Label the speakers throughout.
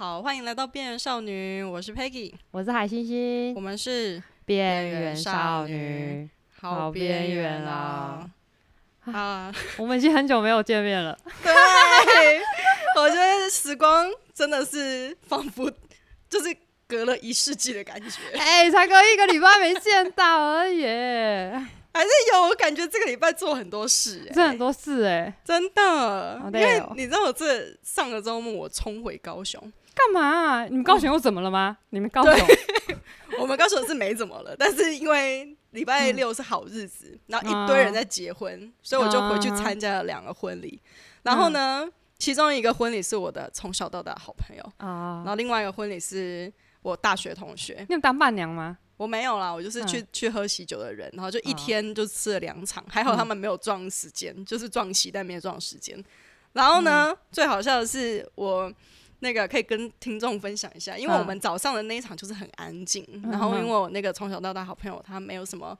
Speaker 1: 哦来到边缘少女，我是 Peggy，
Speaker 2: 我是海星星
Speaker 1: 我，们是
Speaker 2: 边缘
Speaker 1: 少
Speaker 2: 少
Speaker 1: 女
Speaker 2: 女。
Speaker 1: 好
Speaker 2: 好
Speaker 1: 边
Speaker 2: 边
Speaker 1: 缘
Speaker 2: 缘
Speaker 1: 啦
Speaker 2: 啊！
Speaker 1: 啊，
Speaker 2: 我们已经很久没有见面了，
Speaker 1: 对，我觉得时光真的是仿佛 就是隔了一世纪的感 觉，
Speaker 2: 哎、才隔一个礼拜没见到而已，
Speaker 1: 还是有我感觉这个礼拜做很多事、欸，
Speaker 2: 这很多事哎、
Speaker 1: 真的，
Speaker 2: 好
Speaker 1: 因
Speaker 2: 累
Speaker 1: 为
Speaker 2: 哦
Speaker 1: 你知道我这上个周末我冲回高雄，
Speaker 2: 干嘛啊、你们高雄又怎么了吗？你们高雄
Speaker 1: 我们高雄是没怎么了，但是因为礼拜六是好日子，然后一堆人在结婚，所以我就回去参加了两个婚礼。然后呢，其中一个婚礼是我的从小到大的好朋友，
Speaker 2: 啊
Speaker 1: 然？ 后另外一个婚礼是我大学同学。
Speaker 2: 你们当伴娘吗？
Speaker 1: 我没有啦，我就是去、
Speaker 2: 嗯
Speaker 1: 去喝喜酒的人，然后就一天就吃了两场，还好
Speaker 2: 嗯
Speaker 1: 他们没有撞时间，就是撞期但没有撞时间。然后呢，
Speaker 2: 嗯
Speaker 1: 最好笑的是我。那个可以跟听众分享一下，因为
Speaker 2: 嗯
Speaker 1: 我们早上的那一场就是很安静，
Speaker 2: 嗯
Speaker 1: 然后因为我那个从小到大好朋友，他没有什么，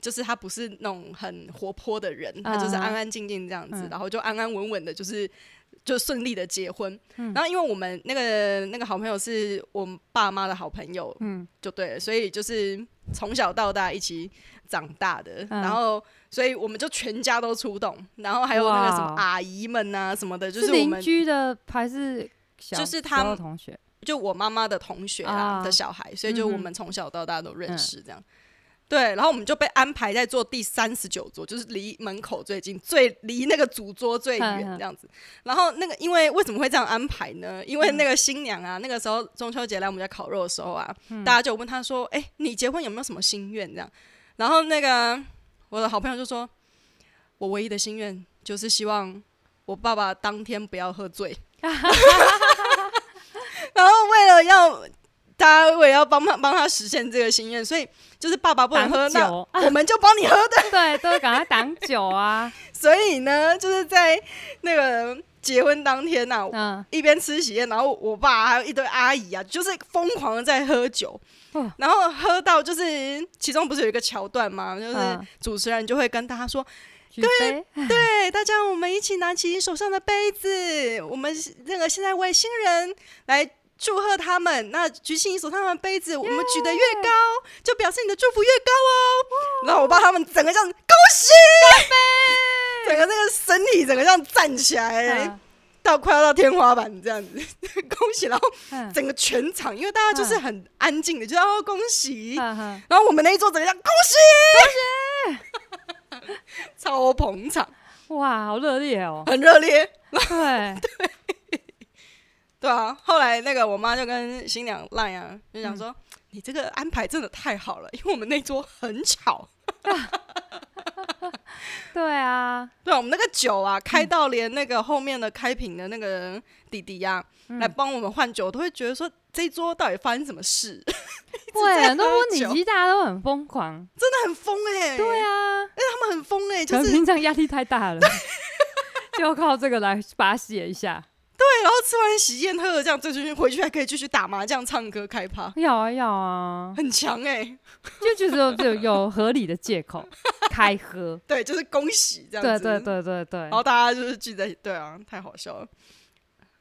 Speaker 1: 就是他不是那种很活泼的人，他就是安安静静这样子，
Speaker 2: 嗯
Speaker 1: 然后就安安稳稳的，就是就顺利的结婚。
Speaker 2: 嗯
Speaker 1: 然后因为我们那个那个好朋友是我们爸妈的好朋友，
Speaker 2: 嗯
Speaker 1: 就对了，所以就是从小到大一起长大的，
Speaker 2: 嗯
Speaker 1: 然后所以我们就全家都出动，然后还有那个什么
Speaker 2: 哇
Speaker 1: 阿姨们啊什么的，就是我
Speaker 2: 邻
Speaker 1: 们
Speaker 2: 居的还是小
Speaker 1: 就是他们
Speaker 2: 时候同学？
Speaker 1: 就我妈妈的同学啊
Speaker 2: 啊嗯
Speaker 1: 的小孩，所以就
Speaker 2: 嗯哼
Speaker 1: 我们从小到大都认识这样。对，然后我们就被安排在坐第三十九桌，就是离门口最近，最离那个主桌最远
Speaker 2: 嗯嗯嗯
Speaker 1: 这样子。然后那个，因为为什么会这样安排呢？因为那个新娘啊，那个时候中秋节来我们家烤肉的时候啊，
Speaker 2: 嗯
Speaker 1: 大家就问她说：“哎、你结婚有没有什么心愿？”这样，然后那个我的好朋友就说：“我唯一的心愿就是希望我爸爸当天不要喝 醉。然后为了要大家为了要帮他帮他实现这个心愿，所以就是爸爸不能喝，
Speaker 2: 挡
Speaker 1: 那
Speaker 2: 酒，啊
Speaker 1: 我们就帮你喝的。
Speaker 2: 对，都赶快挡酒啊！
Speaker 1: 所以呢，就是在那个结婚当天呐、
Speaker 2: 嗯，
Speaker 1: 一边吃喜宴，然后我爸还有一堆阿姨啊，就是疯狂的在喝酒，
Speaker 2: 哦
Speaker 1: 然后喝到就是其中不是有一个桥段吗？就是
Speaker 2: 嗯
Speaker 1: 主持人就会跟大家说，
Speaker 2: 举杯，
Speaker 1: 对，大家我们一起拿起手上的杯子，我们那个现在为新人来祝贺他们。那举起你手上的杯子，我们举得越高，就表示你的祝福越高哦。然后我爸他们整个这样子恭喜，整个那个身体整个这样站起来，哎
Speaker 2: 嗯
Speaker 1: 到快要到天花板这样子，恭喜！然后
Speaker 2: 嗯
Speaker 1: 整个全场，因为大家就是很安静的，就哦恭喜。
Speaker 2: 嗯嗯
Speaker 1: 然后我们那一桌整个这样恭喜，恭喜， 超捧场，！
Speaker 2: 哇，好热烈哦
Speaker 1: 很热烈。
Speaker 2: 对，
Speaker 1: 对啊，后来那个我妈就跟新娘赖啊，就
Speaker 2: 嗯
Speaker 1: 想说、你这个安排真的太好了，因为我们那桌很吵，
Speaker 2: 对啊，
Speaker 1: 对、啊，我们那个酒啊开到连那个后面的开瓶的那个弟弟呀、
Speaker 2: 嗯
Speaker 1: 来帮我们换酒，都会觉得说这一桌到底发生什么事， 真
Speaker 2: 对，很多
Speaker 1: 喝
Speaker 2: 婚礼
Speaker 1: 酒
Speaker 2: 其实大家都很疯狂。
Speaker 1: 的很疯哎、
Speaker 2: 对啊，
Speaker 1: 他们很疯哎、
Speaker 2: 可
Speaker 1: 就
Speaker 2: 能
Speaker 1: 是对，
Speaker 2: 平常压力太 大了， 就靠这个来把写一下。
Speaker 1: 然后吃完喜宴喝了这样，醉醺醺回去还可以继续打麻将、唱歌、开趴，
Speaker 2: 要啊要啊，
Speaker 1: 很强哎、
Speaker 2: 就觉得有有合理的借 口开喝。
Speaker 1: 对，就是恭喜这样
Speaker 2: 对
Speaker 1: 子，
Speaker 2: 对对对对
Speaker 1: 然，后大家就是聚在一起，对啊，太好笑了。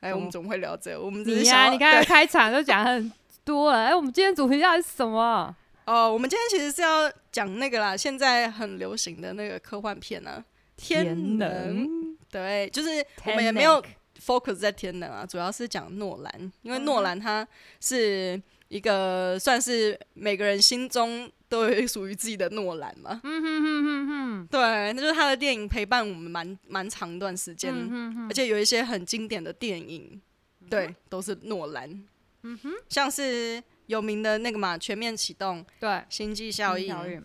Speaker 1: 哎，我们
Speaker 2: 嗯
Speaker 1: 怎么会聊这个？我们只是
Speaker 2: 你
Speaker 1: 想
Speaker 2: 呀、
Speaker 1: 要，
Speaker 2: 你刚才
Speaker 1: 对
Speaker 2: 开场就讲很多了。哎、我们今天主题到底是什么？
Speaker 1: 哦，我们今天其实是要讲那个啦，现在很流行的那个科幻片啊，天能，对，就是我们也没有 focus 在天能啊，主要是讲诺兰，因为
Speaker 2: 嗯
Speaker 1: 诺兰他是一个算是每个人心中都有一个属于自己的诺兰嘛，
Speaker 2: 嗯哼哼哼哼，
Speaker 1: 对，那就是他的电影陪伴我们蛮蛮长一段时间，
Speaker 2: 嗯哼哼，嗯
Speaker 1: 而且有一些很经典的电影，对，都是诺兰。像是有名的那个嘛，《全面启动》《
Speaker 2: 对，
Speaker 1: 星际效应》
Speaker 2: 效应，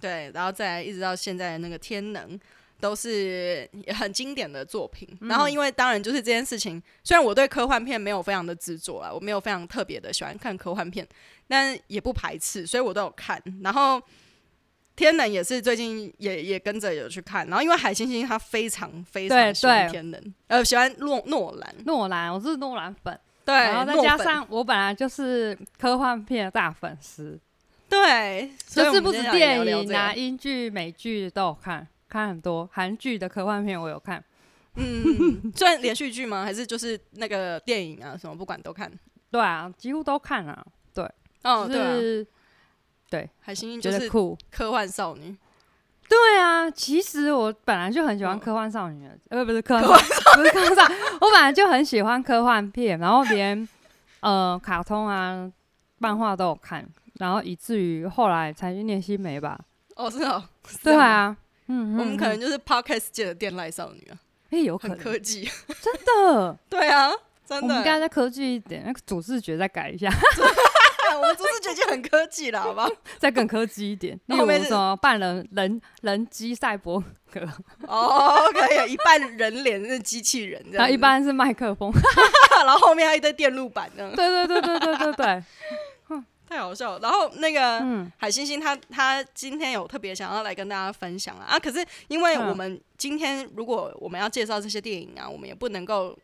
Speaker 1: 对，然后再来一直到现在的那个《天能》，都是很经典的作品。然
Speaker 2: 嗯
Speaker 1: 后因为当然就是这件事情，虽然我对科幻片没有非常的执着啊，我没有非常特别的喜欢看科幻片，但也不排斥，所以我都有看。然后。天能也是最近也也跟着有去看，然后因为海星星他非常非常
Speaker 2: 对
Speaker 1: 喜欢
Speaker 2: 对
Speaker 1: 天能，呃，喜欢诺诺兰，
Speaker 2: 诺兰，我是诺兰粉，
Speaker 1: 对，
Speaker 2: 然后再
Speaker 1: 诺
Speaker 2: 加
Speaker 1: 粉
Speaker 2: 上我本来就是科幻片的大粉丝，
Speaker 1: 对，所以
Speaker 2: 就
Speaker 1: 我
Speaker 2: 是
Speaker 1: 们
Speaker 2: 不
Speaker 1: 今
Speaker 2: 止
Speaker 1: 天来
Speaker 2: 电
Speaker 1: 聊聊这
Speaker 2: 影
Speaker 1: 个
Speaker 2: 啊，英剧、美剧都有看，看很多韩剧的科幻片我有看，
Speaker 1: 嗯 嗯，算连续剧吗？还是就是那个电影啊什么，不管都看。
Speaker 2: 对啊，几乎都看啊，
Speaker 1: 哦，
Speaker 2: 就
Speaker 1: 对、啊，
Speaker 2: 是
Speaker 1: 海星音就
Speaker 2: 觉得
Speaker 1: 是
Speaker 2: 酷。
Speaker 1: 科幻少女，
Speaker 2: 对啊，其实我本来就很喜欢
Speaker 1: 嗯
Speaker 2: 科幻少女的，呃，不是科幻少女，不是科幻少女，我本来就很喜欢科幻片，然后 连呃卡通啊、漫画都有看，然后以至于后来才去念西梅吧。
Speaker 1: 哦，是哦，是这
Speaker 2: 对
Speaker 1: 样吗，
Speaker 2: 啊，嗯，
Speaker 1: 我们可能
Speaker 2: 哎、
Speaker 1: 就是 podcast 界的电赖少女啊，
Speaker 2: 诶有可
Speaker 1: 很
Speaker 2: 能
Speaker 1: 科技，
Speaker 2: 真的，
Speaker 1: 对啊，
Speaker 2: 我
Speaker 1: 真
Speaker 2: 们
Speaker 1: 的
Speaker 2: 应，该再科技一点，那个主视觉再改一下，
Speaker 1: 哎我们主视觉已经很科技了，好不好？
Speaker 2: 再更科技一点。例
Speaker 1: 后
Speaker 2: 如
Speaker 1: 面是
Speaker 2: 什么半人人人机赛博格，
Speaker 1: 哦，可以，一半人脸是机器人这样子，
Speaker 2: 然后一般是麦克风。
Speaker 1: 然后后面还有一堆电路板这样，
Speaker 2: 对对对对对对 对，
Speaker 1: 太好笑了。然后那个。
Speaker 2: 嗯，
Speaker 1: 海星星他他今天有特别想要来跟大家分享啊啊！可是因为
Speaker 2: 嗯
Speaker 1: 我们今天如果我们要介绍这些电影啊，我们也不能够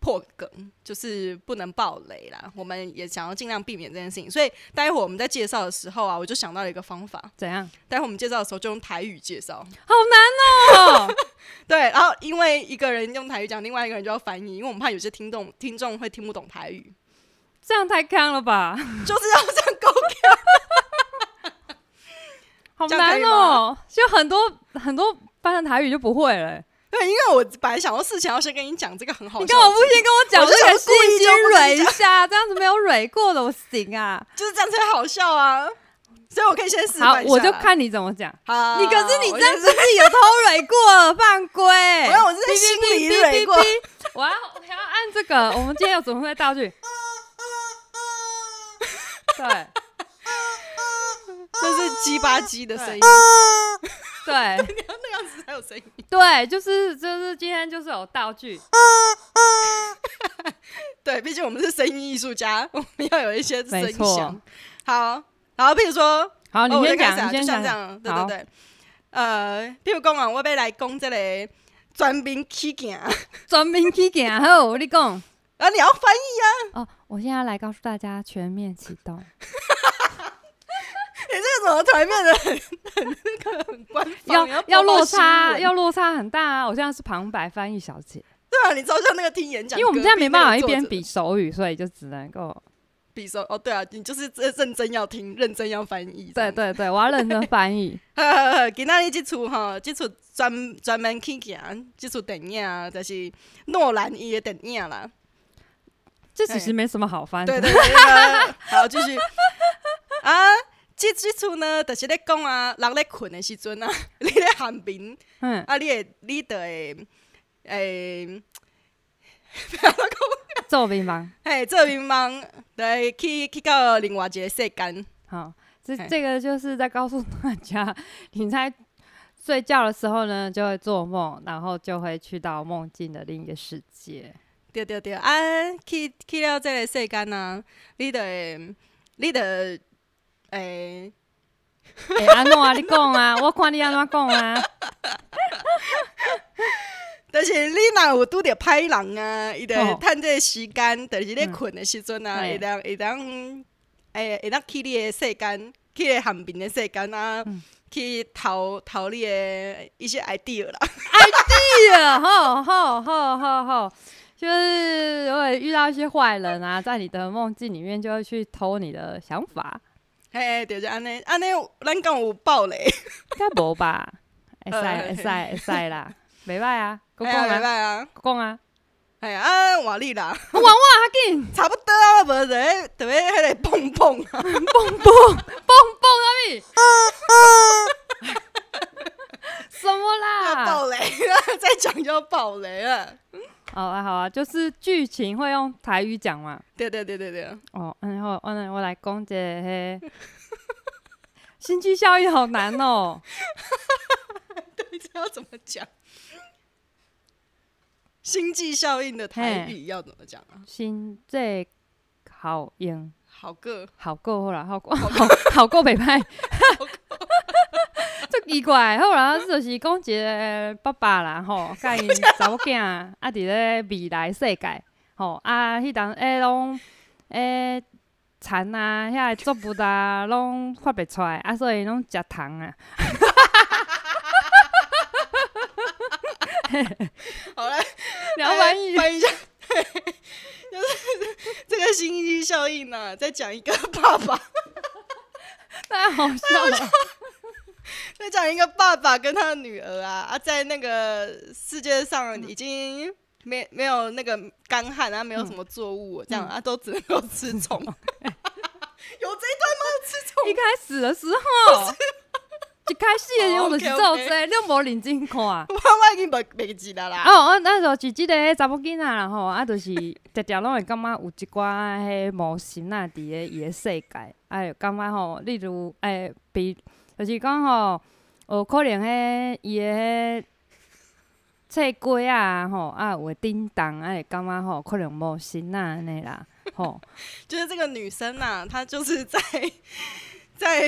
Speaker 1: 破梗，就是不能爆雷啦。我们也想要尽量避免这件事情，所以待会儿我们在介绍的时候啊，我就想到了一个方法，
Speaker 2: 怎样？
Speaker 1: 待会儿我们介绍的时候就用台语介绍。
Speaker 2: 好难哦、
Speaker 1: 对，然后因为一个人用台语讲，另外一个人就要翻译，因为我们怕有些听众听众会听不懂台语，
Speaker 2: 这样太坑了吧？
Speaker 1: 就是要这样沟
Speaker 2: 好
Speaker 1: 这样可
Speaker 2: 难
Speaker 1: 以
Speaker 2: 哦、就很多很多班上台语就不会了、欸。
Speaker 1: 对，因为我本来想说事前要先跟你讲这个很好笑
Speaker 2: 你
Speaker 1: 的事
Speaker 2: 干
Speaker 1: 情，
Speaker 2: 嘛不先跟我讲？
Speaker 1: 哦我就
Speaker 2: 想
Speaker 1: 想故意
Speaker 2: 先
Speaker 1: 就不跟
Speaker 2: 蕊
Speaker 1: 你
Speaker 2: 一下，这样子没有蕊过的我行啊。
Speaker 1: 就是这样才好笑啊！所以我可以先示
Speaker 2: 好
Speaker 1: 范，一下
Speaker 2: 我就看你怎么讲。
Speaker 1: 好，
Speaker 2: 你可是你
Speaker 1: 我
Speaker 2: 真
Speaker 1: 就是
Speaker 2: 自己有偷蕊过了， 犯规。
Speaker 1: 没有，我是在心里蕊过
Speaker 2: 哔哔哔。哔哔我要我要按这个，我们今天有总会道具。对
Speaker 1: 这是鸡巴鸡的声音，
Speaker 2: 对。
Speaker 1: 那样子才有声音。
Speaker 2: 对，就是就是今天就是有道具，
Speaker 1: 对，毕竟我们是声音艺术家， 我们要有一些声
Speaker 2: 没错
Speaker 1: 响。好，然后譬如说，
Speaker 2: 好，你
Speaker 1: 哦我
Speaker 2: 先
Speaker 1: 就开
Speaker 2: 讲，
Speaker 1: 始啊就
Speaker 2: 你先
Speaker 1: 像这
Speaker 2: 讲。
Speaker 1: 样，对
Speaker 2: 好
Speaker 1: 对对。呃，譬如讲啊，我要来讲这个专兵起行，
Speaker 2: 全民起行好，我跟你讲
Speaker 1: 然后你要翻译，
Speaker 2: 哦，我现在来告诉大家全面启 动，
Speaker 1: 你这个怎么突然变得很很 那个很官方？
Speaker 2: 要
Speaker 1: 要
Speaker 2: 要
Speaker 1: 播
Speaker 2: 落
Speaker 1: 报新
Speaker 2: 差，
Speaker 1: 闻
Speaker 2: 要落差很大啊！我现在是旁白翻译小姐，
Speaker 1: 对啊，你知道像那个听演讲，
Speaker 2: 因为我们现在没办法一边
Speaker 1: 比。
Speaker 2: 比手语，所以就只能够
Speaker 1: 比手哦，对啊，你就是认认真要听，认真要翻译。
Speaker 2: 对对对，我要认真 翻译。
Speaker 1: 呵呵呵，今仔日即出吼，即出专专门去行，即出电影啊，就是诺兰伊的电影啦。
Speaker 2: 这其实没什么好翻
Speaker 1: 对
Speaker 2: 的，
Speaker 1: 对对，呃好继续啊。即即出呢，就是咧讲啊，人咧困的时阵啊，你咧寒冰
Speaker 2: 嗯，
Speaker 1: 啊，你会你就会诶，
Speaker 2: 做乒乓。
Speaker 1: 嘿，做乒乓，来去去到另外一个世间。
Speaker 2: 好，这
Speaker 1: 嘿
Speaker 2: 这个就是在告诉大家，你在睡觉的时候呢，就会做梦，然后就会去到梦境的另一个世界。
Speaker 1: 对对对，啊，去去了这个世间啊，你就会，你就会诶、
Speaker 2: 哎、安诺啊，你讲啊，我看你安怎讲啊？
Speaker 1: 但是你若有拄着歹人啊，伊就会
Speaker 2: 哦
Speaker 1: 趁这个时间，就是你
Speaker 2: 嗯
Speaker 1: 困的时阵啊，
Speaker 2: 嘿
Speaker 1: 会当会当诶，会当去你的世间，去你的寒冰的世间啊，
Speaker 2: 嗯
Speaker 1: 去偷偷你的一些 idea 啦。
Speaker 2: 对啊，吼吼吼吼吼，就是如果遇到一些坏人啊，在你的梦境里面就会去偷你的想法，
Speaker 1: 嘿，就是安尼，安尼咱讲有暴雷，
Speaker 2: 应该无吧？会使
Speaker 1: 呃
Speaker 2: 会使会使啦，袂歹啊，
Speaker 1: 系
Speaker 2: 讲
Speaker 1: 啊，袂
Speaker 2: 讲啊，
Speaker 1: 歹啊，
Speaker 2: 讲 啊，
Speaker 1: 哎呀，啊，换你啦，
Speaker 2: 玩我啊，紧
Speaker 1: 差不多啊，无就咧就咧迄个碰碰啊。
Speaker 2: 蹦蹦蹦蹦啊咪，什么
Speaker 1: 要
Speaker 2: 啦？
Speaker 1: 爆雷了， 再讲就要爆雷了。
Speaker 2: 好啊好啊，就是剧情会用台语讲嘛。
Speaker 1: 对对对对对，
Speaker 2: 哦，然后我来我来讲一下嘿， 心机效应好难哦。
Speaker 1: 你知道怎么讲？星际效应的台语要怎么讲啊？
Speaker 2: 心这好用，
Speaker 1: 好个，
Speaker 2: 好够好啦，好够 好好够袂歹。足奇怪，后来就是讲一个爸爸啦吼，甲因查某囝啊，伫咧未来世界吼啊，迄当诶拢诶田啊，遐的作物啊， 拢发袂出来啊，所以拢食虫啊。
Speaker 1: 好了，
Speaker 2: 聊翻
Speaker 1: 哎
Speaker 2: 译
Speaker 1: 翻译一下。就是这个星际啊讲一个爸爸，
Speaker 2: 太好笑哦了。
Speaker 1: 在讲一个爸爸跟他的女儿啊啊，在那个世界上已经没没有那个干旱啊，没有什么作物这样啊，都只能够吃虫。 有这一段吗？吃虫
Speaker 2: 一开始的时候， 哦一开始的时候就是做
Speaker 1: OK，OK
Speaker 2: 这，你无认真 看。哦，
Speaker 1: 妈妈已经没没记得啦。
Speaker 2: 啊那时候是即个查某囡仔啦吼，啊，就是常常拢会感觉有一寡迄模型啊，伫咧伊个世界，啊，就感觉吼，例如诶，比就是讲吼，有可能迄伊个迄册瓜啊吼，啊有诶叮当，啊会感觉吼，可能模型啊安尼啦，吼，
Speaker 1: 就是这个女生呐、她就是在在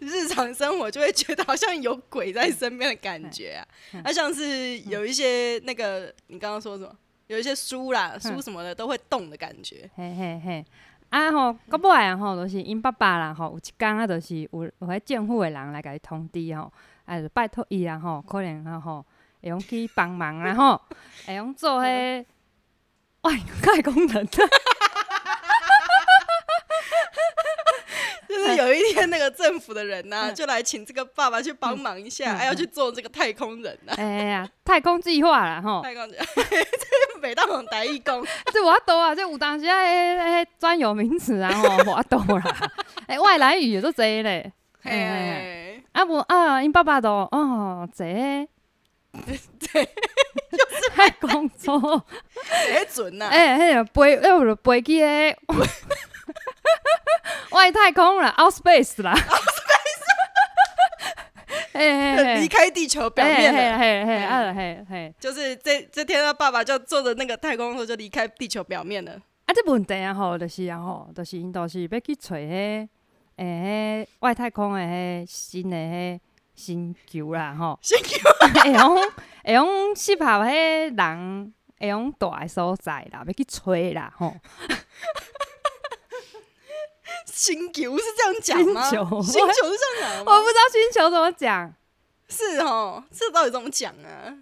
Speaker 1: 日常生活就会觉得好像有鬼在身边的感觉啊
Speaker 2: 嗯嗯。
Speaker 1: 她像是有一些那个你刚刚说什么，有一些书啦、
Speaker 2: 嗯
Speaker 1: 书什么的都会动的感觉。
Speaker 2: 嘿嘿嘿，啊吼，到尾啊吼，就是因爸爸啦吼，有一工啊，就是有有迄政府的人来甲伊通知吼，啊就拜托伊啊吼，可能啊吼，会用去帮忙啦吼，会用做迄、外盖工人啊，
Speaker 1: 就是有一天那个政府的人呐、就来请这个爸爸去帮忙一下，
Speaker 2: 嗯
Speaker 1: 哎
Speaker 2: 嗯嗯
Speaker 1: 还、要去做这个太空人呐、
Speaker 2: 哎呀，哎太空计划啦吼，
Speaker 1: 太空人， 这北大王白义工，
Speaker 2: 这我多啊，这有当时啊，迄迄专有名词啊吼，我多啦，哎、外来语都侪咧，哎哎
Speaker 1: 哎，
Speaker 2: 啊无啊，因爸爸都哦，坐迄
Speaker 1: 对，
Speaker 2: 太工 作。
Speaker 1: 哎准呐、
Speaker 2: 哎、迄个飞，迄个就飞去 迄外太空啦，out space 啦，out space，哎哎
Speaker 1: 离
Speaker 2: 哎，
Speaker 1: 开地球表面了。
Speaker 2: 嘿嘿嘿，啊嘿嘿，
Speaker 1: 就是这这天，他爸爸就坐着那个太空梭就离开地球表面了。
Speaker 2: 啊，这问题啊吼，就是啊吼，就是因都是要去找迄，诶，迄外太空诶，迄新诶，迄星球啦吼，
Speaker 1: 先
Speaker 2: 会用会用适合迄人，会用住诶所在啦，要去找啦吼，
Speaker 1: 星球是这样讲吗？
Speaker 2: 星球
Speaker 1: 星球是这样讲
Speaker 2: 我
Speaker 1: 吗？
Speaker 2: 不知道星球怎么讲。
Speaker 1: 是哦，这到底怎么讲啊？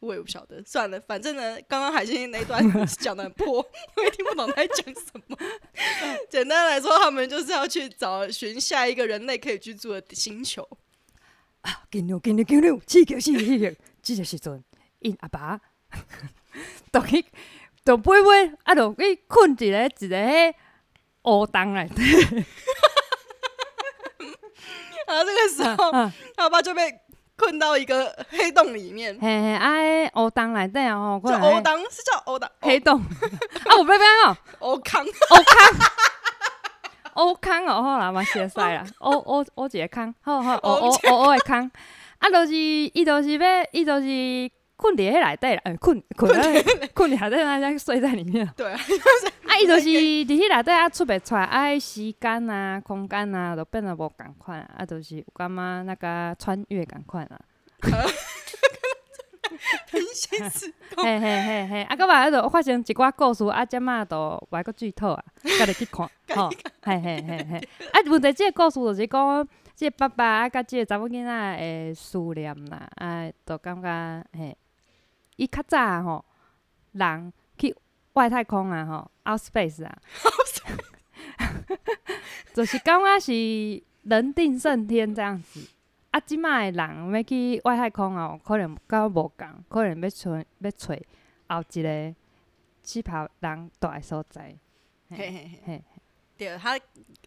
Speaker 1: 我也不晓得，算了，反正呢，刚刚海星星那一 段讲的很破，我也听不懂他在讲什么。 简单来说，他们就是要去找寻下一个人类可以居住的星球。
Speaker 2: 紧张紧张紧张，刺激刺激刺激！即个时阵，因阿爸就去就飞飞，啊，就去困一个一个迄乌洞内底，
Speaker 1: 然后这个时候，
Speaker 2: 啊
Speaker 1: 他爸就被困到一个黑洞里面
Speaker 2: 嘿，嘿，啊，迄乌洞内底啊吼，
Speaker 1: 就
Speaker 2: 可
Speaker 1: 欧
Speaker 2: 能迄
Speaker 1: 当是叫欧当
Speaker 2: 黑洞，啊，有要变哦，
Speaker 1: 欧康，
Speaker 2: 乌空哦，好啦，嘛是会使啦，乌乌乌一个空，好好，乌
Speaker 1: 乌
Speaker 2: 乌
Speaker 1: 一
Speaker 2: 乌乌的空，啊，就是伊就是要伊就是困伫迄内底啦，呃困困在困伫内底，咱才睡在里面。
Speaker 1: 对啊，
Speaker 2: 啊，伊就是伫迄内底啊出袂出来，啊，迄时间啊、空间啊，都变得无共款啊，啊，就是有感觉那个穿越共款啊，
Speaker 1: 平行时
Speaker 2: 嘿嘿嘿嘿，啊，到尾就发生一寡故事，啊，即马都外国剧透啊，家己去看，吼，嘿嘿嘿嘿，啊，问题即个故事就是讲，即、个爸爸啊，甲即个查某囡仔诶思念啦，啊，就感觉嘿，伊较早啊吼，人去外太空啊吼，out space 啊， 就是感觉是人定胜天这样子。啊，即卖的人要去外太空哦，可能甲无共，可能要找要找后一个适合人住的所在。
Speaker 1: 嘿嘿嘿
Speaker 2: 嘿，
Speaker 1: 对他，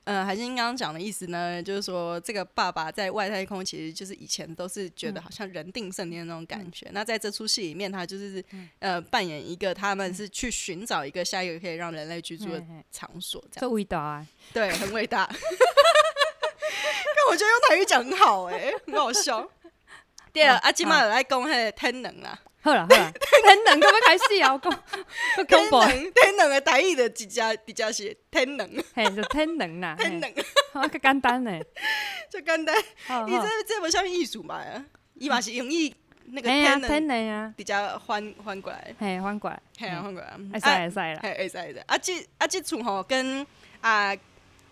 Speaker 1: 呃，海星刚刚讲的意思呢，就是说这个爸爸在外太空，其实就是以前都是觉得好像人定胜天的那种感觉。那在这出戏里面，他就是、呃扮演一个他们是去寻找一个下一个可以让人类居住
Speaker 2: 嘿
Speaker 1: 的
Speaker 2: 嘿
Speaker 1: 场所，这样
Speaker 2: 做味道啊，
Speaker 1: 对，很伟大。 但我觉得用台语讲很好哎、很好笑。对啊，阿金马来讲迄天能啦，
Speaker 2: 好啦好啦，天能咁要开始啊，我讲，我
Speaker 1: 天
Speaker 2: 恐怖，
Speaker 1: 能天能的台语的几家几家是天能
Speaker 2: 嘿，就天能啦，
Speaker 1: 天能，
Speaker 2: 嘿，好较简单嘞，
Speaker 1: 就简单。
Speaker 2: 好
Speaker 1: 伊
Speaker 2: 好
Speaker 1: 这这不像艺术嘛，伊嘛是用伊那个
Speaker 2: 嘿啊，
Speaker 1: 天
Speaker 2: 天
Speaker 1: 能
Speaker 2: 能啊，
Speaker 1: 比较翻翻过来，
Speaker 2: 嘿，翻过来，哎
Speaker 1: 嘿啊翻过来，
Speaker 2: 嗯会使
Speaker 1: 啊
Speaker 2: 会使啦，
Speaker 1: 嘿会使会使。啊这啊这厝吼跟啊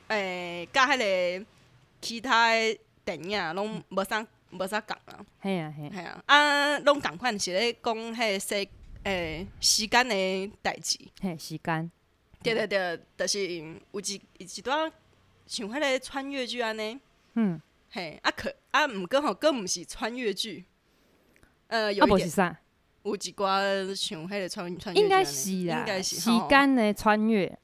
Speaker 1: 诶甲迄个其他的电影啊拢无啥无啥共啊，
Speaker 2: 嘿啊嘿，
Speaker 1: 嘿啊啊拢共款是咧讲迄个世诶时间的代志，
Speaker 2: 嘿，时间，
Speaker 1: 对对对，就是有一有一段像迄个穿越剧安尼，
Speaker 2: 嗯，
Speaker 1: 嘿，啊可啊，毋过吼，更毋是穿越剧，呃，有
Speaker 2: 啊，
Speaker 1: 一
Speaker 2: 无
Speaker 1: 点
Speaker 2: 是啥？
Speaker 1: 有一寡像迄个穿穿越剧
Speaker 2: 应
Speaker 1: 安
Speaker 2: 该
Speaker 1: 尼
Speaker 2: 是啦，
Speaker 1: 啊应该是
Speaker 2: 时
Speaker 1: 吼
Speaker 2: 间的穿越，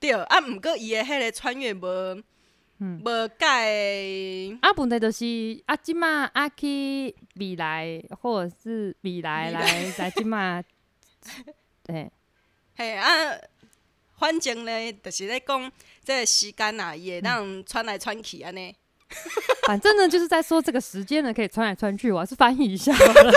Speaker 1: 对，啊，毋过伊的迄个穿越无
Speaker 2: 嗯
Speaker 1: 无改。
Speaker 2: 啊，问题就是啊，即马啊去未来或者是未来
Speaker 1: 未
Speaker 2: 来来即马， 哎对，
Speaker 1: 嘿啊，反正咧，就是咧讲，即个时间啊，伊会当穿来穿去安尼。
Speaker 2: 反正呢就是在说这个时间呢可以穿来穿去，我还是翻译一下好了。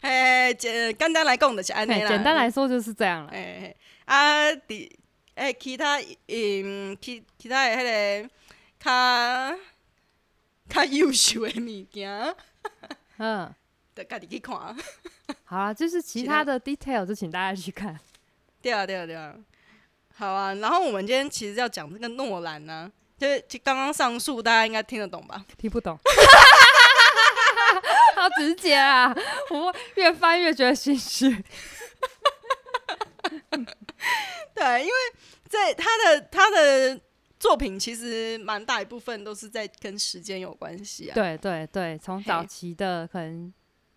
Speaker 1: 嘿，简简单来讲就是安尼
Speaker 2: 嘿
Speaker 1: 啦。
Speaker 2: 简单，来说就是这样了。
Speaker 1: 嘿，哎啊，伫诶其他嗯，其其他的迄、个较较优秀的物件，
Speaker 2: 嗯，
Speaker 1: 得家己去看。
Speaker 2: 好啦，就是其
Speaker 1: 其他
Speaker 2: 他的 detail 就请大家去看。
Speaker 1: 对啊，对啊，对啊。好啊，然后我们今天其实要讲这个诺兰呢、就是就刚刚上述大家应该听得懂吧？
Speaker 2: 听不懂。好直接啊！我越翻越觉得心虚。
Speaker 1: 对，因为在他的他的作品其实蛮大一部分都是在跟时间有关系啊。
Speaker 2: 对对对，从早
Speaker 1: 嘿
Speaker 2: 期的可能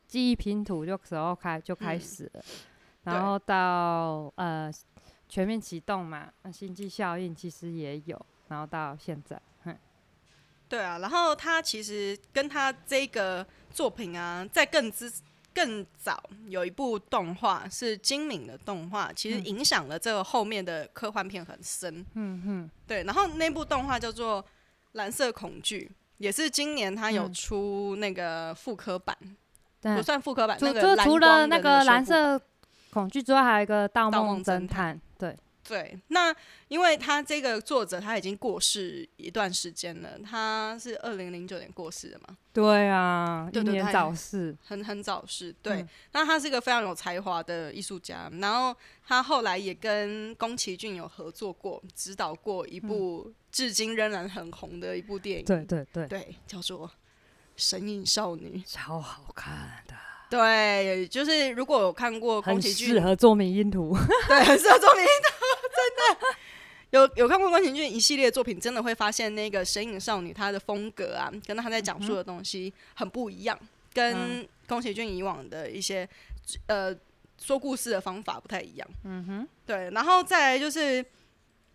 Speaker 2: 记忆拼图就时候开就开
Speaker 1: 嗯
Speaker 2: 始了，然后到呃全面启动嘛，那星际效应其实也有，然后到现在，哼
Speaker 1: 对啊，然后他其实跟他这个作品啊，在更之更早有一部动画是金敏的动画，其实影响了这个后面的科幻片很深。
Speaker 2: 嗯哼，
Speaker 1: 对，然后那部动画叫做《蓝色恐惧》。也是今年他有
Speaker 2: 嗯
Speaker 1: 出那个复刻版，不
Speaker 2: 对，
Speaker 1: 算复刻版，那
Speaker 2: 除
Speaker 1: 个
Speaker 2: 就
Speaker 1: 蓝
Speaker 2: 除
Speaker 1: 光
Speaker 2: 了
Speaker 1: 的
Speaker 2: 那
Speaker 1: 那
Speaker 2: 个蓝
Speaker 1: 修复
Speaker 2: 色恐惧之外，还有一个《盗
Speaker 1: 盗
Speaker 2: 梦
Speaker 1: 梦
Speaker 2: 侦
Speaker 1: 侦
Speaker 2: 探》，对，
Speaker 1: 对，那因为他这个作者他已经过世一段时间了，他是二零零九年过世的嘛，
Speaker 2: 对啊，
Speaker 1: 对
Speaker 2: 英
Speaker 1: 对
Speaker 2: 年
Speaker 1: 对
Speaker 2: 早逝，
Speaker 1: 很很早逝。对，
Speaker 2: 嗯
Speaker 1: 那他是一个非常有才华的艺术家，然后他后来也跟宫崎骏有合作过，指导过一部至今仍然很红的一部电影，
Speaker 2: 嗯对对对，
Speaker 1: 对叫做《神隐少女》。
Speaker 2: 超好看的，
Speaker 1: 对，就是如果有看过宫
Speaker 2: 很
Speaker 1: 崎
Speaker 2: 适
Speaker 1: 骏，
Speaker 2: 合做迷因图。
Speaker 1: 对，很适合做迷途，真的。有有看过宫崎骏一系列作品，真的会发现那个《神隐少女》她的风格啊，跟她在讲述的东西很不一样，
Speaker 2: 嗯
Speaker 1: 跟宫崎骏以往的一些呃说故事的方法不太一样。嗯哼，对。然后再来就是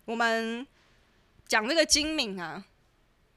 Speaker 1: 我们讲这个金敏啊，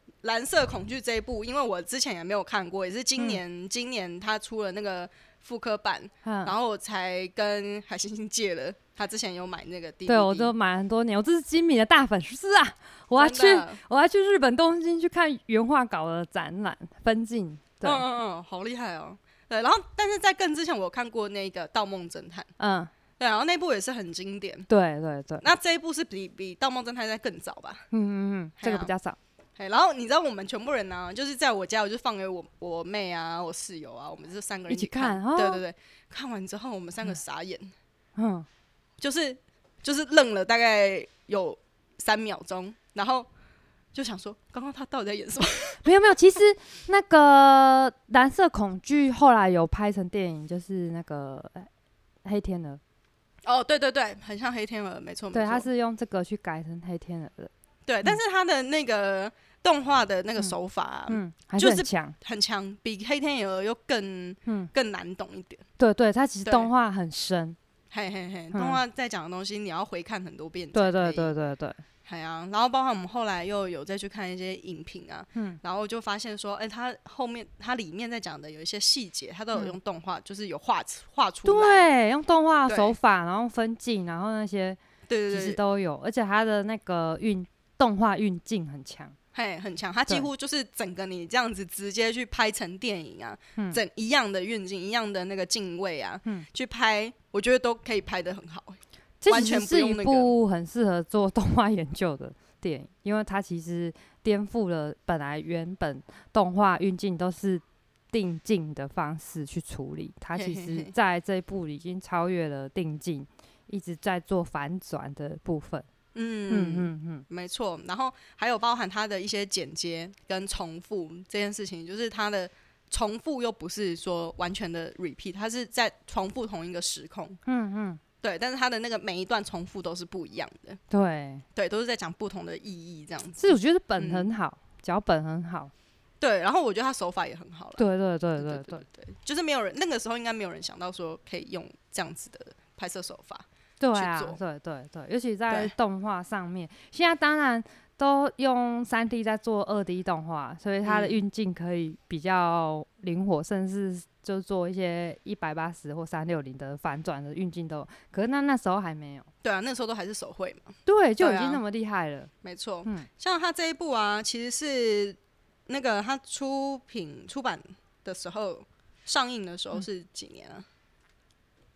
Speaker 1: 《蓝色恐惧》这一部，因为我之前也没有看过，也是今年、今年他出了那个复刻版，
Speaker 2: 嗯，
Speaker 1: 然后我才跟海星星借了，他之前有买那个 DVD，
Speaker 2: 对，我都买很多年，我这是金米的大粉丝啊！我要去
Speaker 1: 真，的
Speaker 2: 我要去日本东京去看原画稿的展览分镜。对
Speaker 1: 嗯，嗯嗯，好厉害哦。对，然后但是在更之前，我有看过那个《盗梦侦探》，
Speaker 2: 嗯，
Speaker 1: 对，然后那部也是很经典。
Speaker 2: 对对对，
Speaker 1: 那这一部是比比《盗梦侦探》在更早吧？
Speaker 2: 嗯嗯嗯，这个
Speaker 1: 嘿啊
Speaker 2: 比较少。
Speaker 1: 哎，然后你知道我们全部人呢、啊就是在我家，我就放给我我妹啊、我室友啊，我们这三个人
Speaker 2: 一起
Speaker 1: 看。
Speaker 2: 看哦
Speaker 1: 对对对，看完之后我们三个傻眼，
Speaker 2: 嗯，
Speaker 1: 就是就是愣了大概有三秒钟，然后就想说，刚刚他到底在演什么？
Speaker 2: 没有没有，其实那个《蓝色恐惧》后来有拍成电影，就是那个呃黑天鹅，
Speaker 1: 哦，对对对，很像黑天鹅，没错，
Speaker 2: 对，
Speaker 1: 没
Speaker 2: 他
Speaker 1: 错
Speaker 2: 是用这个去改成黑天鹅的。
Speaker 1: 对，但是他的那个动画的那个手法啊、
Speaker 2: 嗯，还
Speaker 1: 就是
Speaker 2: 很
Speaker 1: 是
Speaker 2: 强。
Speaker 1: 很强，比黑天鹅又更
Speaker 2: 嗯，
Speaker 1: 更难懂一点。
Speaker 2: 对对，它其实
Speaker 1: 对
Speaker 2: 动画很深。
Speaker 1: 嘿嘿嘿，
Speaker 2: 嗯
Speaker 1: 动画在讲的东西，你要回看很多遍。
Speaker 2: 对对，对对对，
Speaker 1: 海洋、啊然后包括我们后来又有再去看一些影评啊，
Speaker 2: 嗯
Speaker 1: 然后就发现说，哎、它后面它里面在讲的有一些细节，它都有
Speaker 2: 嗯
Speaker 1: 用动画，就是有画画出来。
Speaker 2: 对，用动画
Speaker 1: 对
Speaker 2: 手法，然后分镜，然后那些。
Speaker 1: 对
Speaker 2: 其
Speaker 1: 对
Speaker 2: 实
Speaker 1: 对
Speaker 2: 都有，而且它的那个运动画运镜很强。
Speaker 1: 嘿，很强，它几
Speaker 2: 对
Speaker 1: 乎就是整个你这样子直接去拍成电影啊，整一样的运镜、一样的那个敬畏啊，
Speaker 2: 嗯
Speaker 1: 去拍，我觉得都可以拍的很好、欸
Speaker 2: 这
Speaker 1: 完
Speaker 2: 其
Speaker 1: 全
Speaker 2: 实
Speaker 1: 不
Speaker 2: 是
Speaker 1: 用
Speaker 2: 一
Speaker 1: 那个
Speaker 2: 部很适合做动画研究的电影，因为它其实颠覆了本来原本动画运镜都是定镜的方式去处理，它
Speaker 1: 嘿
Speaker 2: 其
Speaker 1: 嘿
Speaker 2: 实
Speaker 1: 嘿
Speaker 2: 在这一部已经超越了定镜，一直在做反转的部分。
Speaker 1: 嗯
Speaker 2: 嗯
Speaker 1: 嗯，
Speaker 2: 嗯嗯，
Speaker 1: 没错。然后还有包含它的一些剪接跟重复这件事情，就是它的重复又不是说完全的 repeat，它是在重复同一个时空。嗯嗯，对，但是它的那个每一段重复都是不一样的，
Speaker 2: 对，
Speaker 1: 对，都是在讲不同的意义这样
Speaker 2: 是
Speaker 1: 子。
Speaker 2: 我觉得本很好，脚本很好，
Speaker 1: 对，然后我觉得他手法也很好了。
Speaker 2: 对对对
Speaker 1: 对
Speaker 2: 对
Speaker 1: 对
Speaker 2: 对
Speaker 1: 对，就是没有人那个时候应该没有人想到说可以用这样子的拍摄手法。
Speaker 2: 对
Speaker 1: 去
Speaker 2: 啊
Speaker 1: 做，
Speaker 2: 对对对，尤其在
Speaker 1: 对
Speaker 2: 动画上面，现在当然都用三 D 在做二 D 动画，所以它的
Speaker 1: 嗯
Speaker 2: 运镜可以比较灵活，甚至就做一些一百八十或三六零的反转的运镜都有。可是那那时候还没有，
Speaker 1: 对啊，那时候都还是手绘嘛，
Speaker 2: 对，就
Speaker 1: 对
Speaker 2: 已经
Speaker 1: 啊
Speaker 2: 那么厉害了。
Speaker 1: 没错。
Speaker 2: 嗯
Speaker 1: 像他这一部啊，其实是那个他出品出版的时候，上映的时
Speaker 2: 嗯
Speaker 1: 候是几年啊？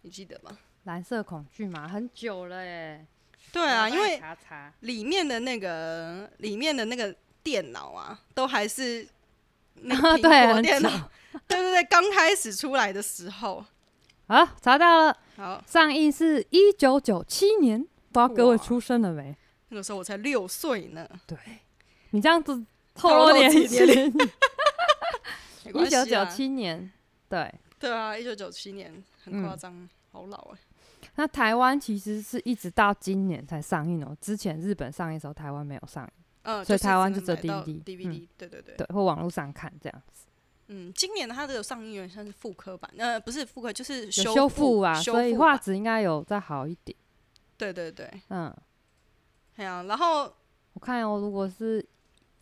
Speaker 1: 你记得吗？
Speaker 2: 蓝色恐惧嘛，很久了哎。
Speaker 1: 对
Speaker 2: 我
Speaker 1: 啊，
Speaker 2: 要
Speaker 1: 因
Speaker 2: 帮你
Speaker 1: 为
Speaker 2: 查查
Speaker 1: 里面的那个里面的那个电脑啊，都还是那个
Speaker 2: 对
Speaker 1: 苹果
Speaker 2: 很
Speaker 1: 电
Speaker 2: 久
Speaker 1: 脑， 对对对，刚开始出来的时候，
Speaker 2: 好，查到了，
Speaker 1: 好，
Speaker 2: 上映是一九九七年，不知道各
Speaker 1: 哇
Speaker 2: 位出生了没？
Speaker 1: 那个时候我才六岁呢，
Speaker 2: 对，你这样子
Speaker 1: 透
Speaker 2: 透露
Speaker 1: 露
Speaker 2: 年
Speaker 1: 自己的
Speaker 2: 龄。
Speaker 1: 没关
Speaker 2: 一
Speaker 1: 系
Speaker 2: 九
Speaker 1: 啊
Speaker 2: 九，七年，对。
Speaker 1: 对啊，一九九七年，很
Speaker 2: 嗯
Speaker 1: 夸张，好老哎、
Speaker 2: 那台湾其实是一直到今年才上映哦，之前日本上映的时候，台湾没有上映，
Speaker 1: 嗯，
Speaker 2: 所以
Speaker 1: 是
Speaker 2: 台湾
Speaker 1: 只
Speaker 2: 就只有
Speaker 1: 能买到
Speaker 2: DVD
Speaker 1: DVD，对对对，
Speaker 2: 嗯对，或网络上看这样。
Speaker 1: 嗯，今年它的上映有点像是复刻版，呃，不是复刻，就是
Speaker 2: 有
Speaker 1: 修
Speaker 2: 修复啊，
Speaker 1: 修
Speaker 2: 所以
Speaker 1: 复
Speaker 2: 画
Speaker 1: 版
Speaker 2: 质应该有再好一点。
Speaker 1: 对对对，
Speaker 2: 嗯，
Speaker 1: 哎呀、然后
Speaker 2: 我看哦，如果是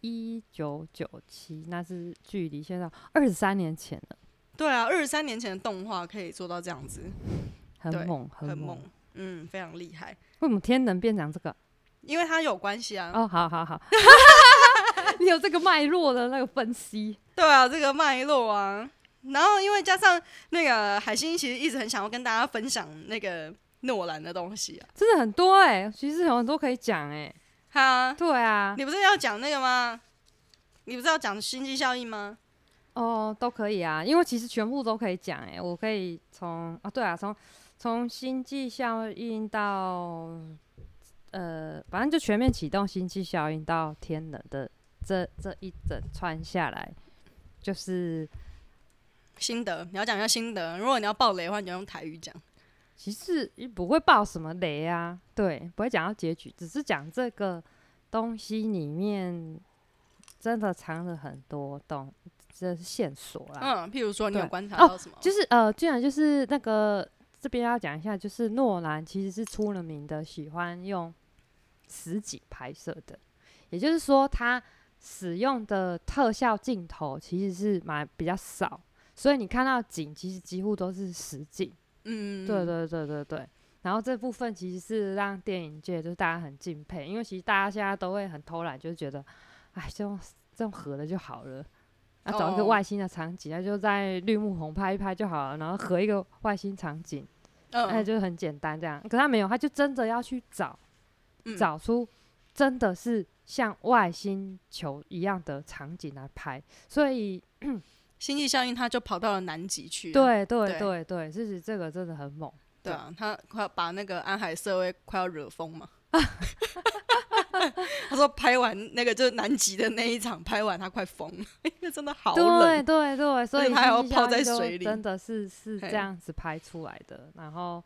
Speaker 2: 一九九七，那是距离现在二十三年前了，
Speaker 1: 对啊，二十三年前的动画可以做到这样子，对
Speaker 2: 很猛，很
Speaker 1: 很
Speaker 2: 猛
Speaker 1: 猛。，嗯，非常厉害，
Speaker 2: 为什么天能变成这个？
Speaker 1: 因为它有关系啊。
Speaker 2: 哦，好好好， 你有这个脉络的那个分析，
Speaker 1: 对啊，这个脉络啊，然后因为加上那个海星，其实一直很想要跟大家分享那个诺兰的东西啊。
Speaker 2: 真的很多哎、其实有很多可以讲哎、
Speaker 1: 哈，
Speaker 2: 对啊，
Speaker 1: 你不是要讲那个吗？你不是要讲星际效应吗？
Speaker 2: 哦，都可以啊，因为其实全部都可以讲哎、我可以从啊，对啊，从从星际效应到呃，反正就全面启动星际效应到天冷的这这一整串下来，就是
Speaker 1: 心得，你要讲一下心得。如果你要爆雷的话，你就用台语讲。
Speaker 2: 其实也不会爆什么雷啊，对，不会讲到结局，只是讲这个东西里面真的藏了很多东，这是线索啦。
Speaker 1: 嗯，譬如说你有
Speaker 2: 对
Speaker 1: 观察
Speaker 2: 哦
Speaker 1: 到什么？
Speaker 2: 就是呃，居然就是那个这边要讲一下，就是诺兰其实是出了名的喜欢用实景拍摄的，也就是说他使用的特效镜头其实是蛮比较少，所以你看到景其实几乎都是实景。
Speaker 1: 嗯，
Speaker 2: 对对对对对。然后这部分其实是让电影界就是大家很敬佩，因为其实大家现在都会很偷懒，就是觉得，哎，这种这种合了就好了，要找一个
Speaker 1: 哦
Speaker 2: 外星的场景，那、就在绿幕棚拍一拍就好了，然后合一个外星场景，
Speaker 1: 嗯，
Speaker 2: 哎、就是很简单这样。可他没有，他就真的要去找，
Speaker 1: 嗯
Speaker 2: 找出真的是像外星球一样的场景来拍，所以
Speaker 1: 星际效应，他就跑到了南极去。
Speaker 2: 对对
Speaker 1: 对
Speaker 2: 对对，其实这个真的很猛。
Speaker 1: 对啊，他快要把那个安海社会快要惹疯 嘛。他说拍完那个就是南极的那一场，拍完他快疯 了，因为真的好
Speaker 2: 对
Speaker 1: 冷。
Speaker 2: 对对，所
Speaker 1: 而
Speaker 2: 以
Speaker 1: 且它还要
Speaker 2: 星际效
Speaker 1: 泡在
Speaker 2: 应就
Speaker 1: 水里
Speaker 2: 真的是是这
Speaker 1: 嘿
Speaker 2: 样子拍出来的。然后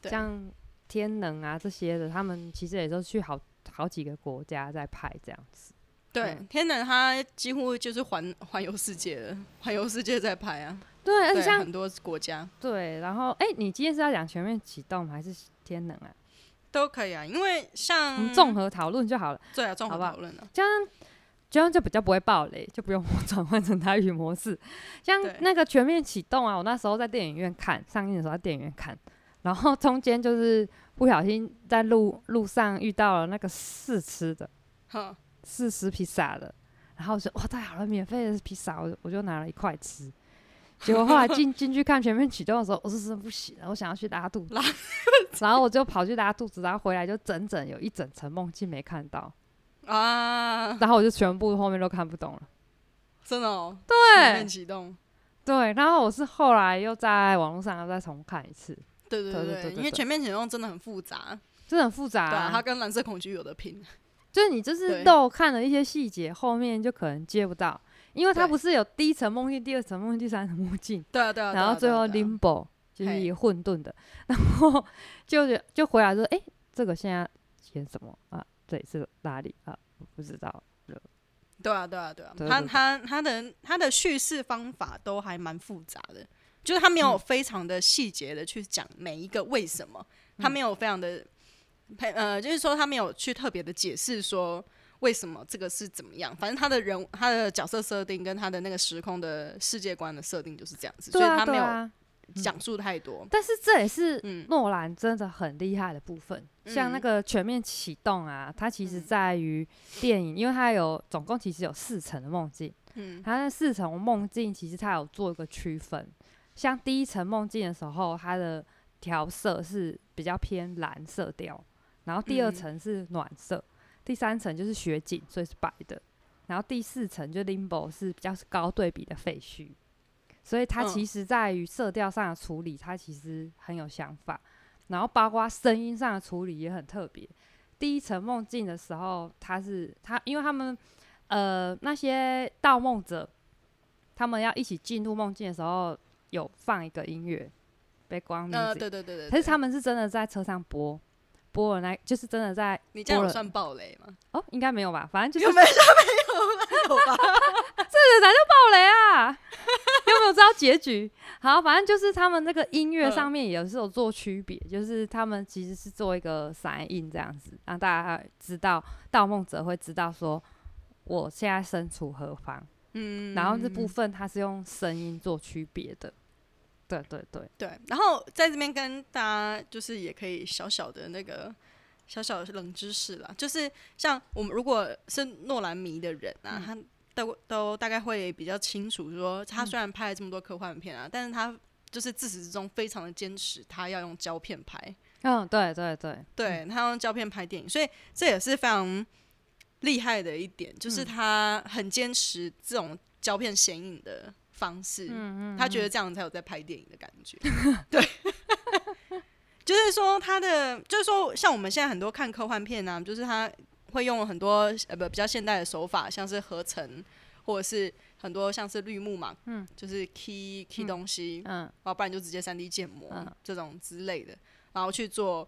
Speaker 1: 对
Speaker 2: 像天能啊这些的，他们其实也都去好好几个国家在拍这样子。
Speaker 1: 对，天冷他几乎就是环环游世界了，环游世界在拍啊，
Speaker 2: 对，而且
Speaker 1: 对，
Speaker 2: 像
Speaker 1: 很多国家
Speaker 2: 对，然后哎、你今天是要讲全面启动吗还是天能啊？
Speaker 1: 都可以啊，因为
Speaker 2: 我
Speaker 1: 像
Speaker 2: 们嗯综合讨论就好了，
Speaker 1: 对啊，综合
Speaker 2: 好不好
Speaker 1: 讨论啊，
Speaker 2: 这样。这样就比较不会爆雷，就不用 我转换成台语模式。像
Speaker 1: 对
Speaker 2: 那个全面启动啊，我那时候在电影院看，上映的时候在电影院看，然后中间就是不小心在路路上遇到了那个试吃的
Speaker 1: 哼，
Speaker 2: 试吃披萨的，然后我说哇太好了，免费的披萨，我就我就拿了一块吃。结果后来进进去看全面启动的时候，我说真的不行了，我想要去拉肚子， 然后我就跑去拉肚子，然后回来就整整有一整层梦境没看到，
Speaker 1: 啊，
Speaker 2: 然后我就全部后面都看不懂了。
Speaker 1: 真的哦，全
Speaker 2: 对
Speaker 1: 面启动，
Speaker 2: 对，然后我是后来又在网络上又再重看一次，
Speaker 1: 对对
Speaker 2: 对对
Speaker 1: 对
Speaker 2: 对对
Speaker 1: 因为
Speaker 2: 对
Speaker 1: 全面启动真的很复杂，
Speaker 2: 真的很复杂、
Speaker 1: 对啊，它跟蓝色恐惧有的拼，
Speaker 2: 就是你就是
Speaker 1: 对
Speaker 2: 漏看了一些细节，后面就可能接不到，因为它
Speaker 1: 对
Speaker 2: 不是有第一层梦境、第二层梦境、第三层梦境，
Speaker 1: 对啊对啊，对啊
Speaker 2: 然后最后
Speaker 1: 对啊对啊
Speaker 2: limbo，就是
Speaker 1: 嘿
Speaker 2: 混沌的，然后就觉就回来说，哎、这个现在演什么啊？这里是哪里啊？不知道，
Speaker 1: 对啊，对啊，对啊，
Speaker 2: 对
Speaker 1: 他
Speaker 2: 对对
Speaker 1: 他他的他的叙事方法都还蛮复杂的，就是他没
Speaker 2: 嗯
Speaker 1: 有非常的细节的去讲每一个为什么，
Speaker 2: 嗯
Speaker 1: 他没有非常的，呃，就是说他没有去特别的解释说为什么这个是怎么样，反正他的人物他的角色设定跟他的那个时空的世界观的设定就是这样子，
Speaker 2: 对
Speaker 1: 所以
Speaker 2: 啊，
Speaker 1: 他
Speaker 2: 对
Speaker 1: 没有
Speaker 2: 啊。
Speaker 1: 讲述太多，
Speaker 2: 但是这也是
Speaker 1: 嗯
Speaker 2: 诺兰真的很厉害的部分，像那
Speaker 1: 嗯
Speaker 2: 个全面启动啊，它其实
Speaker 1: 嗯
Speaker 2: 在于电影，因为它有总共其实有四层的梦境，
Speaker 1: 嗯
Speaker 2: 它那四层梦境其实它有做一个区分，像第一层梦境的时候，它的调色是比较偏蓝色调，然后第二
Speaker 1: 嗯
Speaker 2: 层是暖色，第三层就是雪景，所以是白的，然后第四层就 limbo 是比较是高对比的废墟，所以它
Speaker 1: 嗯
Speaker 2: 其实在于色调上的处理，它其实很有想法，然后包括声音上的处理也很特别。第一层梦境的时候，它是它，因为他们呃那些盗梦者，他们要一起进入梦境的时候，有放一个音乐，背光
Speaker 1: 呃，
Speaker 2: music，
Speaker 1: 对对对对，
Speaker 2: 嗯可是
Speaker 1: 对
Speaker 2: 他们是真的在车上播播了那，就是真的在
Speaker 1: 你这样
Speaker 2: 播
Speaker 1: 有
Speaker 2: 了
Speaker 1: 算暴雷吗？
Speaker 2: 哦，应该没有吧？反正就是
Speaker 1: 有没 有没有吧？
Speaker 2: 爆雷啊！有没有知道结局？好，反正就是他们那个音乐上面也是有做区别，就是他们其实是做一个散音这样子，让大家知道盗梦者会知道说我现在身处何方。
Speaker 1: 嗯
Speaker 2: 然后这部分它是用声音做区别的。对对对，
Speaker 1: 对，然后在这边跟大家就是也可以小小的那个小小的冷知识啦，就是像我们如果是诺兰迷的人啊，他都都大概会比较清楚说，他虽然拍了这么多科幻片啊，但是他就是自始至终非常的坚持，他要用胶片拍，
Speaker 2: 嗯，对对对，
Speaker 1: 对他用胶片拍电影，所以这也是非常厉害的一点，
Speaker 2: 嗯
Speaker 1: 就是他很坚持这种胶片显影的方式，
Speaker 2: 嗯嗯，
Speaker 1: 他觉得这样才有在拍电影的感 觉。对，就是说他的，就是说像我们现在很多看科幻片啊，就是他会用很多呃不比较现代的手法，像是合成或者是很多像是绿幕嘛，嗯，就是 key key 东西，
Speaker 2: 嗯
Speaker 1: 然后不然就直接三 D 建模、
Speaker 2: 嗯
Speaker 1: 这种之类的，然后去做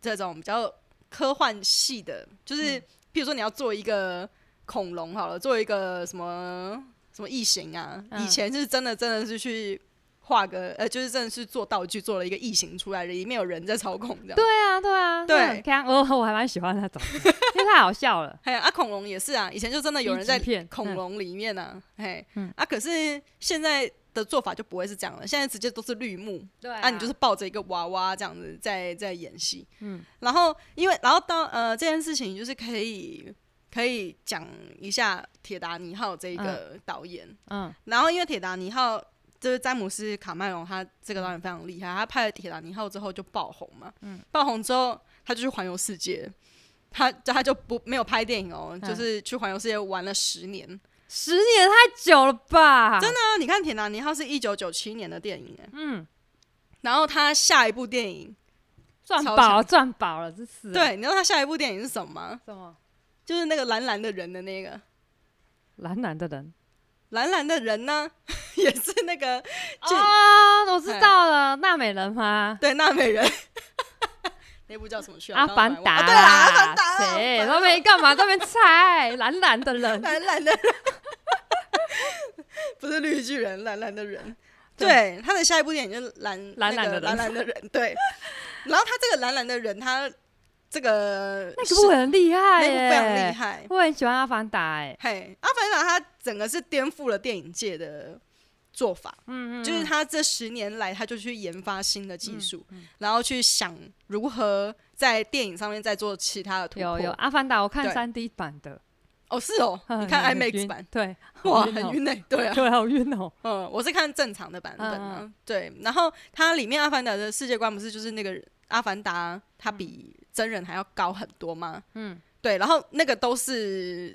Speaker 1: 这种比较科幻系的，
Speaker 2: 嗯
Speaker 1: 就是、譬如说你要做一个恐龙好了，做一个什么什么异形啊，
Speaker 2: 嗯
Speaker 1: 以前是真的真的是去画个呃，就是真的是做道具做了一个异形出来，里面有人在操控这样。
Speaker 2: 对啊对啊，
Speaker 1: 对
Speaker 2: 那很看哦，我还蛮喜欢那种，因为太好笑了。
Speaker 1: 还有啊，恐龙也是啊，以前就真的有人在
Speaker 2: 一级片
Speaker 1: 恐
Speaker 2: 嗯
Speaker 1: 龙里面啊，嘿，
Speaker 2: 嗯
Speaker 1: 啊，可是现在的做法就不会是这样了，现在直接都是绿幕，
Speaker 2: 对啊
Speaker 1: 啊，你就是抱着一个娃娃这样子在在演戏，
Speaker 2: 嗯
Speaker 1: 嗯，然后因为然后到呃这件事情就是可以可以讲一下铁达尼号这一个导演，
Speaker 2: 嗯
Speaker 1: 然后因为铁达尼号就是詹姆斯卡麦隆他这个导演非常厉害，他拍了铁达尼号之后就爆红嘛，嗯，爆红之后他就去环游世界，他他就不没有拍电影哦，就是去环游世界玩了十年，
Speaker 2: 十年太久了吧？真的，
Speaker 1: 那你看《铁达尼号》是一九九七年的电影，嗯，然后他下一部电影，
Speaker 2: 赚
Speaker 1: 超
Speaker 2: 饱
Speaker 1: 强
Speaker 2: 了，赚饱了，这是啊
Speaker 1: 对，你知道他下一部电影是什么吗？
Speaker 2: 什么？
Speaker 1: 就是那个蓝蓝的人的那个
Speaker 2: 蓝蓝的人
Speaker 1: 蓝蓝的人呢， 也是那个
Speaker 2: 啊，我知
Speaker 1: 哎
Speaker 2: 道了，娜美人吗？
Speaker 1: 对娜美人， 那部叫什么去啊？
Speaker 2: 阿
Speaker 1: 我刚
Speaker 2: 凡
Speaker 1: 刚突然
Speaker 2: 达
Speaker 1: 忘
Speaker 2: 啦，
Speaker 1: 了啊对啦，阿凡达啦，
Speaker 2: 谁？
Speaker 1: 阿
Speaker 2: 那
Speaker 1: 凡达
Speaker 2: 边干嘛？那边猜蓝蓝的人，
Speaker 1: 蓝蓝的人， 不是绿巨人，蓝蓝的人。
Speaker 2: 对
Speaker 1: 对，他的下一部电影就是蓝
Speaker 2: 蓝蓝
Speaker 1: 那
Speaker 2: 的人
Speaker 1: 个蓝蓝的人，对。然后他这个蓝蓝的人，他这个
Speaker 2: 那部很厉害
Speaker 1: 那部非常厉
Speaker 2: 耶，
Speaker 1: 害。
Speaker 2: 我很喜欢阿凡达哎，
Speaker 1: 嘿，阿凡达他整个是颠覆了电影界的做法，
Speaker 2: 嗯嗯，
Speaker 1: 就是
Speaker 2: 嗯
Speaker 1: 他这十年来他就去研发新的技术，然后去想如何在电影上面再做其他的突破。
Speaker 2: 有有阿凡达，我看
Speaker 1: 对
Speaker 2: 三 D 版的，
Speaker 1: 哦，是哦，你看
Speaker 2: 很
Speaker 1: IMAX
Speaker 2: 晕
Speaker 1: 版，，
Speaker 2: 对，
Speaker 1: 哇，
Speaker 2: 好
Speaker 1: 很
Speaker 2: 哦，
Speaker 1: 晕嘞，对啊，
Speaker 2: 对，好晕哦，
Speaker 1: 嗯，我是看正常的版本啊，
Speaker 2: 嗯
Speaker 1: 对。然后它里面《阿凡达》的世界观不是就是那个阿凡达，它比真人还要高很多吗？
Speaker 2: 嗯
Speaker 1: 嗯，对。然后那个都是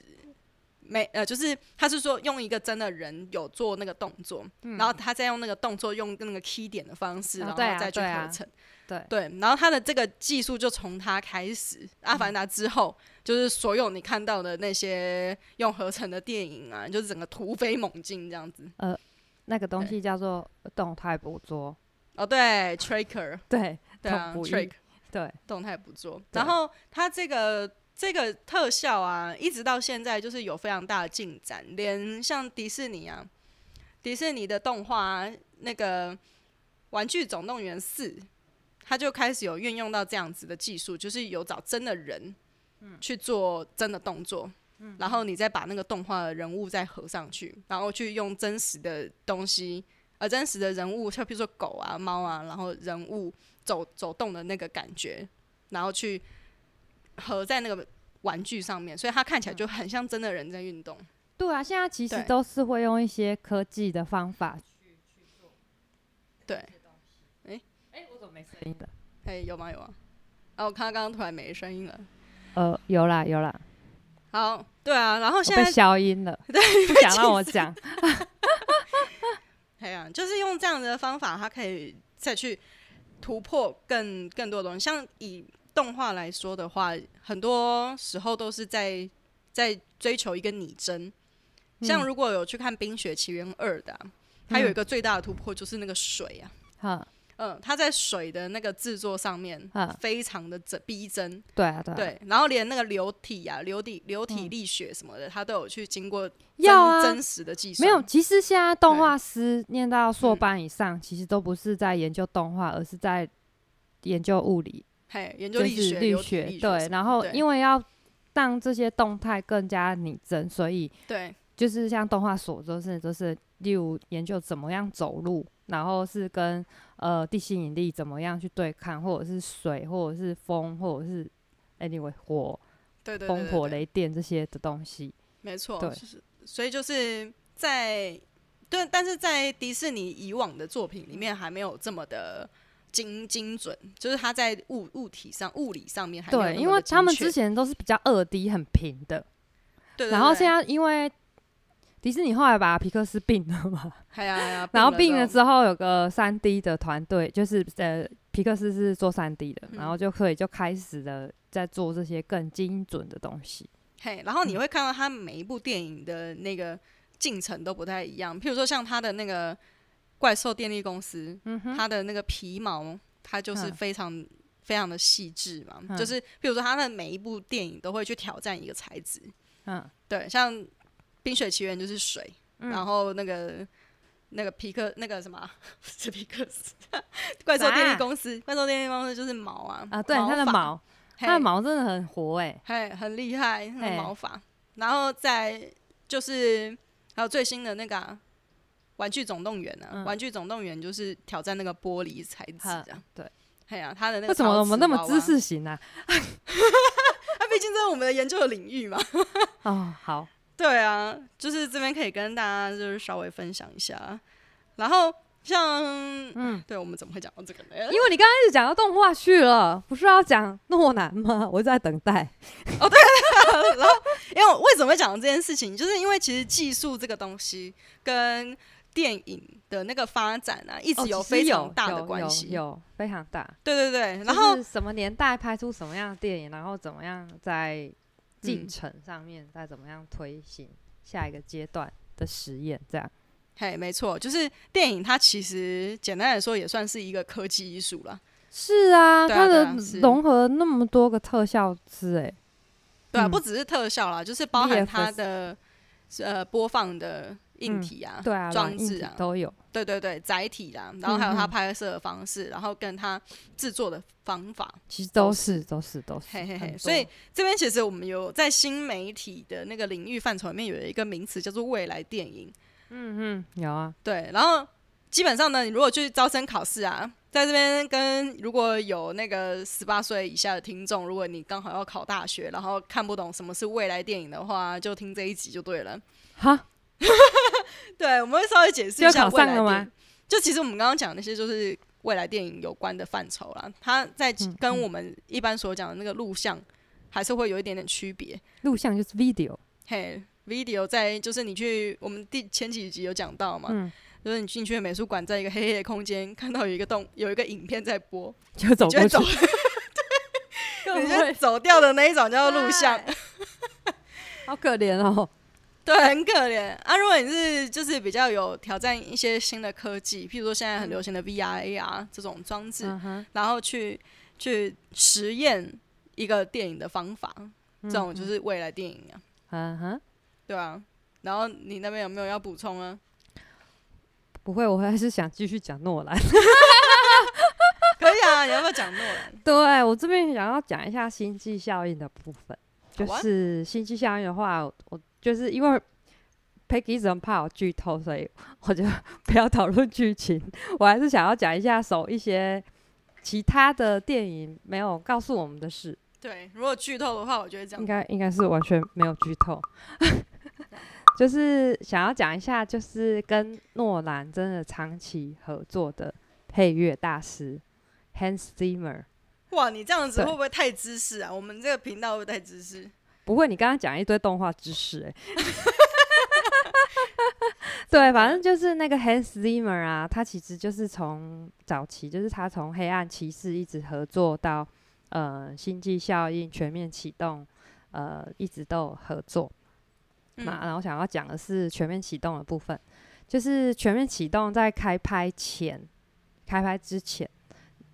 Speaker 1: 没呃，就是他是说用一个真的人有做那个动作，然后他再用那个动作用那个 key 点的方式，
Speaker 2: 嗯啊
Speaker 1: 然后
Speaker 2: 对啊
Speaker 1: 再去
Speaker 2: 对啊
Speaker 1: 合成。
Speaker 2: 对
Speaker 1: 对，然后他的这个技术就从他开始，《阿凡达》之后，就是所有你看到的那些用合成的电影啊，就是整个突飞猛进这样子。
Speaker 2: 呃那个东西叫做动态捕捉，
Speaker 1: 哦，对，Tracker，
Speaker 2: 对，
Speaker 1: 对啊
Speaker 2: 同步一
Speaker 1: ，Track
Speaker 2: 对，
Speaker 1: 动态捕捉。
Speaker 2: 对
Speaker 1: 然后它这个这个特效啊，一直到现在就是有非常大的进展，连像迪士尼啊，迪士尼的动画啊、那个《玩具总动员四》，它就开始有运用到这样子的技术，就是有找真的人去做真的动作。然后你再把那个动画的人物再合上去，然后去用真实的东西，呃，真实的人物，像比如说狗啊、猫啊，然后人物走走动的那个感觉，然后去合在那个玩具上面，所以它看起来就很像真的人在运动。
Speaker 2: 对啊，现在其实
Speaker 1: 对
Speaker 2: 都是会用一些科技的方法。
Speaker 1: 对，
Speaker 2: 哎，我怎么没声音的？
Speaker 1: 哎、有吗？有吗？哦，我看到刚刚突然没声音了。
Speaker 2: 呃，有啦有啦，
Speaker 1: 好，对啊，然后
Speaker 2: 我
Speaker 1: 现
Speaker 2: 被
Speaker 1: 在
Speaker 2: 消音 了，不想让我讲。
Speaker 1: 哎呀，就是用这样的方法，它可以再去突破更更多的东西。像以动画来说的话，很多时候都是在在追求一个拟真。像
Speaker 2: 嗯
Speaker 1: 如果有去看《冰雪奇缘二》的啊、它有一个最大的突破就是那个水啊，
Speaker 2: 哈，
Speaker 1: 嗯，它在水的那个制作上面
Speaker 2: 嗯
Speaker 1: 非常的真逼真，
Speaker 2: 对啊对啊，
Speaker 1: 对，然后连那个流体啊、流体、流体力学什么的，它都有去经过真
Speaker 2: 要嗯啊，
Speaker 1: 真实的技术，
Speaker 2: 没有，其实现在动
Speaker 1: 对
Speaker 2: 画师念到硕
Speaker 1: 嗯
Speaker 2: 班以上，其实都不是在研究动画，而是在研究物理，
Speaker 1: 嘿，研究
Speaker 2: 就
Speaker 1: 力
Speaker 2: 是
Speaker 1: 学、
Speaker 2: 力
Speaker 1: 流体力
Speaker 2: 学。
Speaker 1: 学
Speaker 2: 对，
Speaker 1: 什么
Speaker 2: 然后
Speaker 1: 对
Speaker 2: 因为要让这些动态更加拟真，所以
Speaker 1: 对
Speaker 2: 就是像动画所都是就是，例如研究怎么样走路，然后是跟呃地心引力怎么样去对抗，或者是水，或者是风，或者是 anyway 火、
Speaker 1: 对对
Speaker 2: 风
Speaker 1: 对
Speaker 2: 火
Speaker 1: 对
Speaker 2: 雷电这些的东西。
Speaker 1: 没错，
Speaker 2: 对
Speaker 1: 就是所以就是在对，但是在迪士尼以往的作品里面还没有这么的精精准，就是它在物物体上、物理上面还没有
Speaker 2: 对，
Speaker 1: 那
Speaker 2: 因
Speaker 1: 么
Speaker 2: 为
Speaker 1: 的
Speaker 2: 他们
Speaker 1: 精
Speaker 2: 之
Speaker 1: 确
Speaker 2: 前都是比较二 D 很平的。
Speaker 1: 对对
Speaker 2: 然后
Speaker 1: 对
Speaker 2: 现在因为迪士尼后来把皮克斯并 了嘛，
Speaker 1: 哎呀哎呀，
Speaker 2: 然后
Speaker 1: 病
Speaker 2: 并了之后有个三 D 的团队，就是呃皮克斯是做三 D 的，
Speaker 1: 嗯
Speaker 2: 然后就可以就开始了在做这些更精准的东西。
Speaker 1: 嘿，然后
Speaker 2: 嗯
Speaker 1: 你会看到他每一部电影的那个进程都不太一样。譬如说，像他的那个《怪兽电力公司》，他的那个皮毛，它就是
Speaker 2: 嗯
Speaker 1: 非常、非常的细致嘛。
Speaker 2: 嗯
Speaker 1: 就是譬如说，他的每一部电影都会去挑战一个材质。
Speaker 2: 嗯，
Speaker 1: 对，像《冰雪奇缘》就是水，然后那个那个皮克那个什么啊是皮克斯， 怪兽电力
Speaker 2: 啥
Speaker 1: 公司，怪兽电力公司就是毛啊
Speaker 2: 啊，对，它的
Speaker 1: 发
Speaker 2: 毛，
Speaker 1: 嘿
Speaker 2: 它的毛真的很活哎、
Speaker 1: 嘿，很厉害，那个
Speaker 2: 嘿
Speaker 1: 毛发。然后再就是还有最新的那个啊、玩具总动员》啊，
Speaker 2: 嗯
Speaker 1: 玩具总动员》就是挑战那个玻璃材质
Speaker 2: 哈
Speaker 1: 啊。
Speaker 2: 对，
Speaker 1: 嘿呀、他的那个
Speaker 2: 为什么我
Speaker 1: 陶瓷
Speaker 2: 们那么
Speaker 1: 娃娃
Speaker 2: 知？识型啊？
Speaker 1: 它毕竟在我们的研究的领域嘛。
Speaker 2: 哦，好，
Speaker 1: 对啊，就是这边可以跟大家就是稍微分享一下。啊然后像，嗯，对我们怎么会讲到这个呢？
Speaker 2: 因为你刚开始讲到动画去了，不是要讲诺南吗？我在等待。
Speaker 1: 因为我为什么会讲到这件事情，就是因为其实技术这个东西跟电影的那个发展啊，一直
Speaker 2: 哦
Speaker 1: 有
Speaker 2: 其实
Speaker 1: 非
Speaker 2: 有
Speaker 1: 常大的
Speaker 2: 有
Speaker 1: 关
Speaker 2: 有
Speaker 1: 系。
Speaker 2: 有非常大。
Speaker 1: 对对对，然
Speaker 2: 然
Speaker 1: 后
Speaker 2: 后什么年代拍出什么样的电影，然后怎么样在进
Speaker 1: 嗯
Speaker 2: 程上面、再怎么样推行下一个阶段的实验，这样。
Speaker 1: 嘿，没错，就是电影它其实简单来说也算是一个科技艺术啦。
Speaker 2: 是啊，
Speaker 1: 对啊
Speaker 2: 它
Speaker 1: 对
Speaker 2: 的
Speaker 1: 啊是
Speaker 2: 融合那么多个特效师、欸，
Speaker 1: 对啊，
Speaker 2: 嗯
Speaker 1: 不只是特效啦，就是包含
Speaker 2: VFS
Speaker 1: 它的呃播放的硬体啊，
Speaker 2: 对啊，
Speaker 1: 装
Speaker 2: 软硬
Speaker 1: 置
Speaker 2: 体
Speaker 1: 啊
Speaker 2: 都有，
Speaker 1: 对对对，载体啦，然后还有它
Speaker 2: 嗯嗯
Speaker 1: 拍摄的方式，然后跟它制作的方法，
Speaker 2: 其实都是都是都是，
Speaker 1: 嘿嘿
Speaker 2: 很
Speaker 1: 嘿，
Speaker 2: 多
Speaker 1: 所以这边其实我们有在新媒体的那个领域范畴里面有一个名词叫做未来电影，
Speaker 2: 嗯嗯有啊，
Speaker 1: 对，然后基本上呢，你如果去招生考试啊，在这边跟如果有那个十八岁以下的听众，如果你刚好要考大学，然后看不懂什么是未来电影的话，就听这一集就对了。
Speaker 2: 哈，
Speaker 1: 对，我们会稍微解释一
Speaker 2: 就
Speaker 1: 下未
Speaker 2: 考上
Speaker 1: 来
Speaker 2: 了吗
Speaker 1: 电影。就其实我们刚刚讲的那些，就是未来电影有关的范畴啦。它在
Speaker 2: 嗯
Speaker 1: 跟
Speaker 2: 嗯
Speaker 1: 我们一般所讲的那个录像，还是会有一点点区别。
Speaker 2: 录像就是 video，
Speaker 1: 嘿，video 在就是你去我们第前几集有讲到嘛，
Speaker 2: 嗯，
Speaker 1: 就是你进去美术馆，在一个黑黑的空间，看到有一个洞，有一个影片在播，
Speaker 2: 就走
Speaker 1: 你就会
Speaker 2: 过去
Speaker 1: 走，，
Speaker 2: 更
Speaker 1: 你
Speaker 2: 不
Speaker 1: 就
Speaker 2: 会
Speaker 1: 走掉的那一种叫做录像。
Speaker 2: 哎，好可怜哦，
Speaker 1: 对，很可怜啊！如果你是就是比较有挑战一些新的科技，譬如说现在很流行的 VR、AR 啊这种装置，
Speaker 2: 嗯哼，
Speaker 1: 然后去去实验一个电影的方法，这种就是未来电影啊，
Speaker 2: 嗯哼，
Speaker 1: 对啊。然后你那边有没有要补充啊？
Speaker 2: 不会，我还是想继续讲诺兰。
Speaker 1: 可以啊，你要不要讲诺兰？
Speaker 2: 对我这边想要讲一下星际效应的部分，就
Speaker 1: 好啊
Speaker 2: 是星际效应的话，我我就是因为 Peggy 一直很怕我剧透，所以我就 不要讨论剧情，我还是想要讲一下手一些其他的电影没有告诉我们的事，
Speaker 1: 对，如果剧透的话，我就会这样。
Speaker 2: 应该应该是完全没有剧 透。就是想要讲一下，就是跟诺兰真的长期合作的配乐大师 Hans Zimmer。
Speaker 1: 哇，你这样子
Speaker 2: 对
Speaker 1: 会不会太知识啊？我们这个频道会不会太知识？
Speaker 2: 不会，你刚刚讲一堆动画知识、欸， 对，反正就是那个 Hans Zimmer 啊，他其实就是从早期，就是他从《黑暗骑士》一直合作到呃《星际效应》全面启动，呃，一直都有合作。那
Speaker 1: 嗯，
Speaker 2: 然后想要讲的是全面启动的部分，就是全面启动在开拍前，开拍之前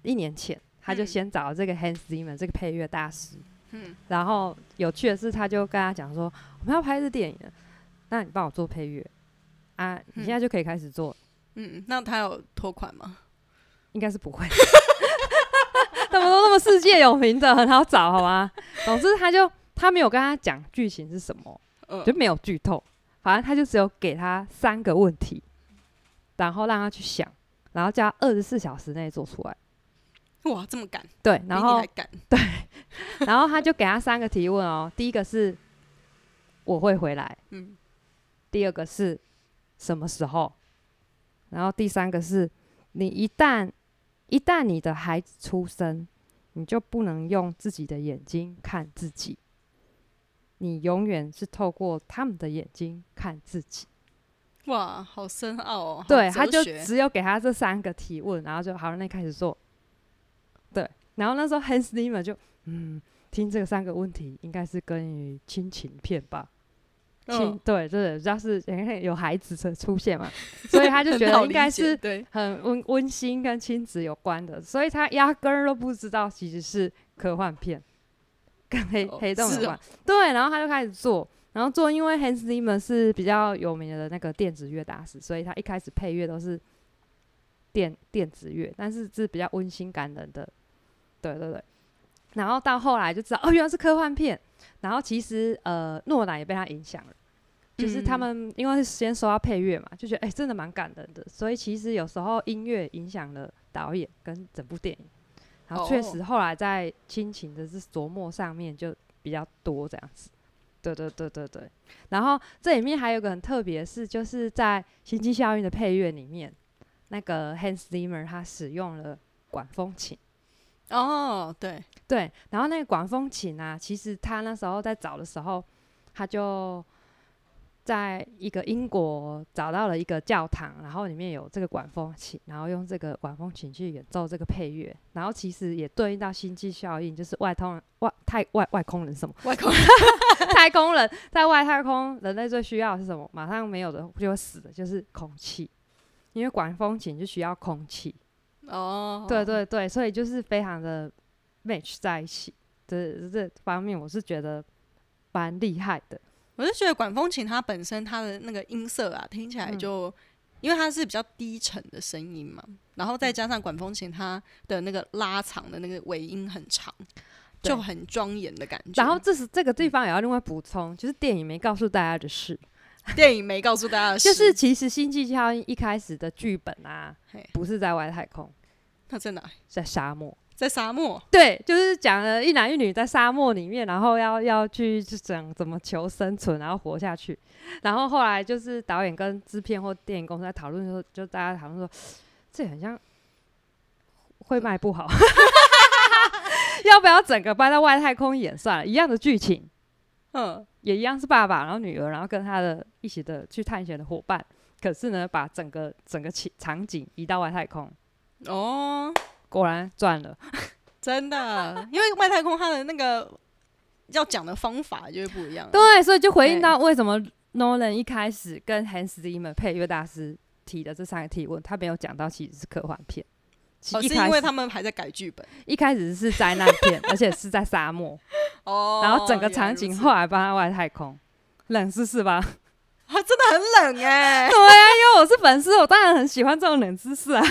Speaker 2: 一年前，他就
Speaker 1: 嗯
Speaker 2: 先找了这个 Hans Zimmer 这个配乐大师，
Speaker 1: 嗯，
Speaker 2: 然后有趣的是，他就跟他讲说，我们要拍这电影了，那你帮我做配乐啊，你现在就可以开始做，
Speaker 1: 嗯，那他有拖款吗？
Speaker 2: 应该是不会。 他们都那么世界有名的，很好找，好吗？总之，他就他没有跟他讲剧情是什么，
Speaker 1: 嗯，
Speaker 2: 就没有剧透，反正他就只有给他三个问题，然后让他去想，然后叫二十四小时内做出来。
Speaker 1: 哇，这么赶，
Speaker 2: 对，
Speaker 1: 比
Speaker 2: 然
Speaker 1: 你
Speaker 2: 后
Speaker 1: 还赶，
Speaker 2: 然后他就给他三个提问哦，第一个是我会回来，
Speaker 1: 嗯，
Speaker 2: 第二个是什么时候，然后第三个是你一旦一旦你的孩子出生，你就不能用自己的眼睛看自己，你永远是透过他们的眼睛看自己。
Speaker 1: 哇，好深奥哦。好
Speaker 2: 对，
Speaker 1: 哲
Speaker 2: 他就
Speaker 1: 学
Speaker 2: 只有给他这三个提问，然后就好，那你开始做。对，然后那时候 Hans Zimmer 就嗯，听这三个问题应该是关于亲情片吧。亲、
Speaker 1: 嗯
Speaker 2: 对，就是主要是因为有孩子的出现嘛，所以他就觉得应该是
Speaker 1: 对，
Speaker 2: 很温温馨跟亲子有关的，所以他压根儿都不知道其实是科幻片，跟黑、
Speaker 1: 哦
Speaker 2: 黑洞有
Speaker 1: 是哦
Speaker 2: 关。对，然后他就开始做，然后做，因为 Hans Zimmer 是比较有名的那个电子乐大师，所以他一开始配乐都是电电子乐，但是是比较温馨感人的。对对对，然后到后来就知道哦，原来是科幻片。然后其实呃，诺兰也被他影响了。就是他
Speaker 1: 嗯
Speaker 2: 们因为先收到配乐嘛，就觉得哎、真的蛮感人的。所以其实有时候音乐影响了导演跟整部电影，然后确
Speaker 1: 哦
Speaker 2: 实后来在亲情的这琢磨上面就比较多这样子。对对对对对。然后这里面还有个很特别的是，就是在《星际效应》的配乐里面，那个 Hans Zimmer 他使用了管风琴。
Speaker 1: 哦，对，
Speaker 2: 对，然后那个管风琴啊，其实他那时候在找的时候，他就在一个英国找到了一个教堂，然后里面有这个管风琴，然后用这个管风琴去演奏这个配乐，然后其实也对应到星际效应，就是外通外太外外空人什么
Speaker 1: 外国
Speaker 2: 太空人，在外太空人类最需要的是什么？马上没有的就会死的，就是空气，因为管风琴就需要空气。
Speaker 1: 哦，
Speaker 2: 对，对对，所以就是非常的 match 在一起，这这方面我是觉得蛮厉害的。
Speaker 1: 我就觉得管风琴它本身它的那个音色啊，听起来
Speaker 2: 嗯
Speaker 1: 就、因为它是比较低沉的声音嘛，然
Speaker 2: 嗯
Speaker 1: 后再加上管风琴它的那个拉长的那个尾音很长，
Speaker 2: 对
Speaker 1: 就很庄严的感觉。
Speaker 2: 然后这是这个地方也要另外补充，就是电影没告诉大家的事，
Speaker 1: 电影没告诉大家的事，
Speaker 2: 就是其实《星际效应》一开始的剧本啊
Speaker 1: 嘿，
Speaker 2: 不是在外太空，
Speaker 1: 它在哪？
Speaker 2: 在沙漠。
Speaker 1: 在沙漠。
Speaker 2: 对，就是讲了一男一女在沙漠里面，然后要要去就讲怎么求生存，然后活下去。然后后来就是导演跟制片或电影公司在讨论说，就大家讨论说，这很像会卖不好， 要不要整个搬到外太空演算了？一样的剧情，
Speaker 1: 嗯，
Speaker 2: 也一样是爸爸，然后女儿，然后跟他的一起的去探险的伙伴。可是呢，把整个整个情场景移到外太空，
Speaker 1: 哦，
Speaker 2: 果然赚了。
Speaker 1: 真的，啊因为外太空它的那个要讲的方法就会不一样。
Speaker 2: 对，所以就回应
Speaker 1: 对
Speaker 2: 到为什么 Nolan 一开始跟 Hans Zimmer 配乐大师提的这三个提问，他没有讲到其实是科幻片，其
Speaker 1: 哦，
Speaker 2: 一
Speaker 1: 是
Speaker 2: 开
Speaker 1: 因为
Speaker 2: 始
Speaker 1: 他们还在改剧本
Speaker 2: 一开始是灾难 片，而且是在沙漠，
Speaker 1: 哦，
Speaker 2: 然后整个
Speaker 1: 原来
Speaker 2: 场
Speaker 1: 如
Speaker 2: 景
Speaker 1: 此
Speaker 2: 后来搬到外太空，冷是是吧？
Speaker 1: 啊， 真的很冷哎、
Speaker 2: 因为我是粉丝，我当然很喜欢这种冷知识啊，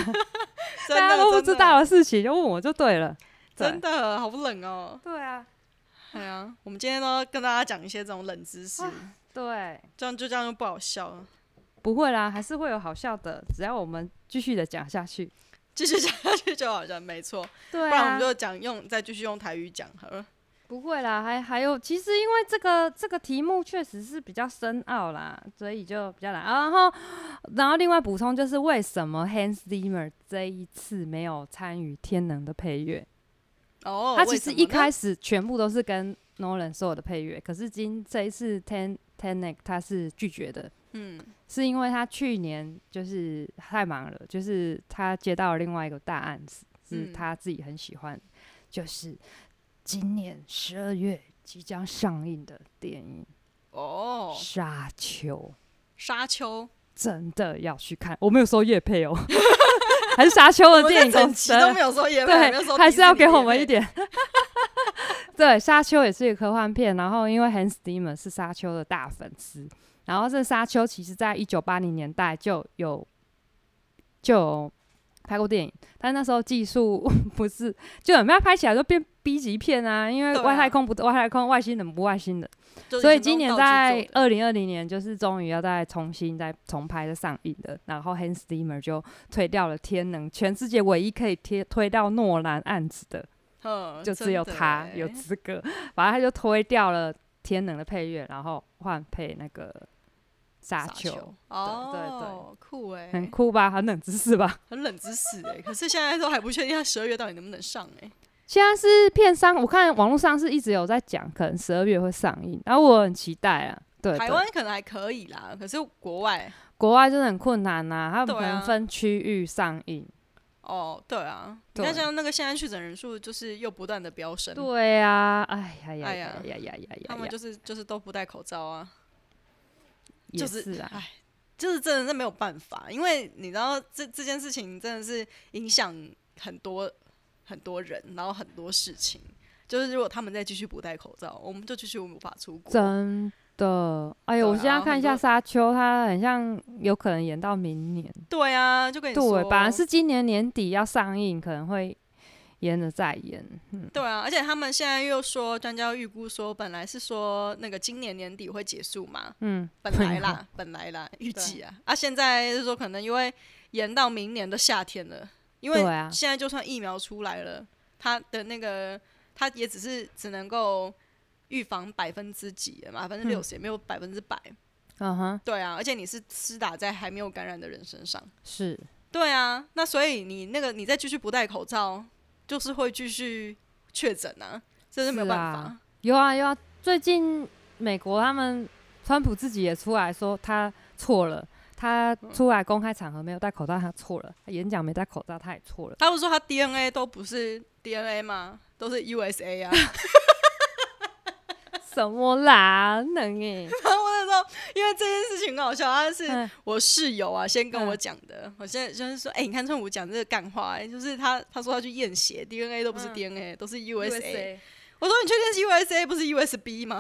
Speaker 1: 真
Speaker 2: 大
Speaker 1: 的
Speaker 2: 家都不
Speaker 1: 真
Speaker 2: 知
Speaker 1: 的
Speaker 2: 道的事情就问我就对了，对
Speaker 1: 真的好冷哦。
Speaker 2: 对啊，
Speaker 1: 哎呀，我们今天都跟大家讲一些这种冷知识，
Speaker 2: 啊对，
Speaker 1: 这样就这样就不好笑了。
Speaker 2: 不会啦，还是会有好笑的，只要我们继续的讲下去，
Speaker 1: 继续讲下去就好像没错，不
Speaker 2: 对
Speaker 1: 然我们
Speaker 2: 啊，
Speaker 1: 就讲用再继续用台语讲好了。
Speaker 2: 不会啦，还还有，其实因为这个这个题目确实是比较深奥啦，所以就比较难。啊然后，然后另外补充就是为什么 Hans Zimmer 这一次没有参与《天能》的配乐？
Speaker 1: 哦，
Speaker 2: 他其实一开
Speaker 1: 始
Speaker 2: 始全部都是跟 Nolan 所有的配乐，可是今这一次 Ten Tenek 他是拒绝的，
Speaker 1: 嗯
Speaker 2: 是因为他去年就是太忙了，就是他接到了另外一个大案子，是
Speaker 1: 嗯
Speaker 2: 他自己很喜欢，就是今年十二月即将上映的电影《
Speaker 1: 哦，
Speaker 2: 沙丘
Speaker 1: 沙
Speaker 2: 哦
Speaker 1: 丘》，
Speaker 2: 真的要去看。我没有收叶配哦， 还是沙丘
Speaker 1: 我
Speaker 2: 的
Speaker 1: 们
Speaker 2: 电
Speaker 1: 在
Speaker 2: 影
Speaker 1: 整
Speaker 2: 公
Speaker 1: 期
Speaker 2: 司，
Speaker 1: 都没有说也没有说
Speaker 2: 对，还是要给我们一
Speaker 1: 点。
Speaker 2: 点。 对，沙丘也是一个科幻片，然后因为 Hans Zimmer 是沙丘的大粉丝，然后这沙丘其实在一九八零年代就有就有拍过电影，但那时候技术 不是，就人家拍起来就变 B 级片啊，因为
Speaker 1: 对啊
Speaker 2: 外太空不外太空，外星人不外星人，
Speaker 1: 就
Speaker 2: 所以
Speaker 1: 已经
Speaker 2: 今年
Speaker 1: 都道具做
Speaker 2: 在
Speaker 1: 的
Speaker 2: 二零二零年，就是终于要再重新再重拍再上映的。然后 Hans Zimmer 就推掉了《天能》，全世界唯一可以推推到诺兰案子的，
Speaker 1: 嗯
Speaker 2: 就只有
Speaker 1: 真的
Speaker 2: 他
Speaker 1: 欸
Speaker 2: 有资格。反正他就推掉了《天能》的配乐，然后换配那个沙
Speaker 1: 沙
Speaker 2: 丘，
Speaker 1: 哦，
Speaker 2: 对对
Speaker 1: 酷哎、
Speaker 2: 很酷吧？很冷知识 吧？
Speaker 1: 很冷知识哎、可是现在都还不确定他十二月到底能不能上哎、
Speaker 2: 现在是片商，我看网络上是一直有在讲，可能十二月会上映，然后我很期待啊。对，
Speaker 1: 台
Speaker 2: 对
Speaker 1: 湾可能还可以啦，可是国外
Speaker 2: 国外真的很困难呐、它不
Speaker 1: 对
Speaker 2: 可能
Speaker 1: 啊
Speaker 2: 分区域上映。
Speaker 1: 哦，对啊，你
Speaker 2: 对
Speaker 1: 看像那个现在确诊人数就是又不断的飙升，
Speaker 2: 对呀、哎呀呀
Speaker 1: 哎
Speaker 2: 呀
Speaker 1: 呀
Speaker 2: 呀呀呀
Speaker 1: 他们
Speaker 2: 呀呀，
Speaker 1: 就是就是都不戴口罩啊，
Speaker 2: 也
Speaker 1: 就是
Speaker 2: 啊，
Speaker 1: 哎就是真的是没有办法，因为你知道这这件事情真的是影响很多很多人，然后很多事情。就是如果他们再继续不戴口罩，我们就继续无法出国。
Speaker 2: 真的，哎呦，
Speaker 1: 对
Speaker 2: 我现在
Speaker 1: 啊
Speaker 2: 看一下
Speaker 1: 很多
Speaker 2: 沙丘，它很像有可能延到明年，
Speaker 1: 对啊，就跟你说，
Speaker 2: 对，本来是今年年底要上映，可能会延着再延，嗯，
Speaker 1: 对啊，而且他们现在又说，专家预估说，本来是说那个今年年底会结束嘛，
Speaker 2: 嗯，
Speaker 1: 本来 啦，本来啦，预计啊，啊，现在是说可能因为延到明年的夏天了，因为
Speaker 2: 对啊
Speaker 1: 现在就算疫苗出来了，它的那个它也只是只能够预防百分之几了嘛，百分之六十也没有百分之百，
Speaker 2: 嗯哼，
Speaker 1: 对啊，而且你是施打在还没有感染的人身上，
Speaker 2: 是，
Speaker 1: 对啊，那所以你那个你再继续不戴口罩，就是会继续确诊啊，这是没有
Speaker 2: 是
Speaker 1: 办
Speaker 2: 啊
Speaker 1: 法。
Speaker 2: 有啊有啊，最近美国他们川普自己也出来说他错
Speaker 1: 嗯
Speaker 2: 了。他出来公开场合没有戴口罩，他错了；他演讲没戴口罩，他也错了。
Speaker 1: 他不是说他 DNA 都不是 DNA 吗？都是 USA 啊。
Speaker 2: 什么啦？能诶、
Speaker 1: 然后我那时候因为这件事情很好笑，他是
Speaker 2: 嗯
Speaker 1: 我室友啊，先跟
Speaker 2: 嗯
Speaker 1: 我讲的。我现在就是说，哎、你看川普讲这个干话、哎就是他他说他去验血，DNA 都不是
Speaker 2: 嗯
Speaker 1: DNA，、都是 USA。
Speaker 2: USA
Speaker 1: 我说你确定是 USA 不是 USB 吗？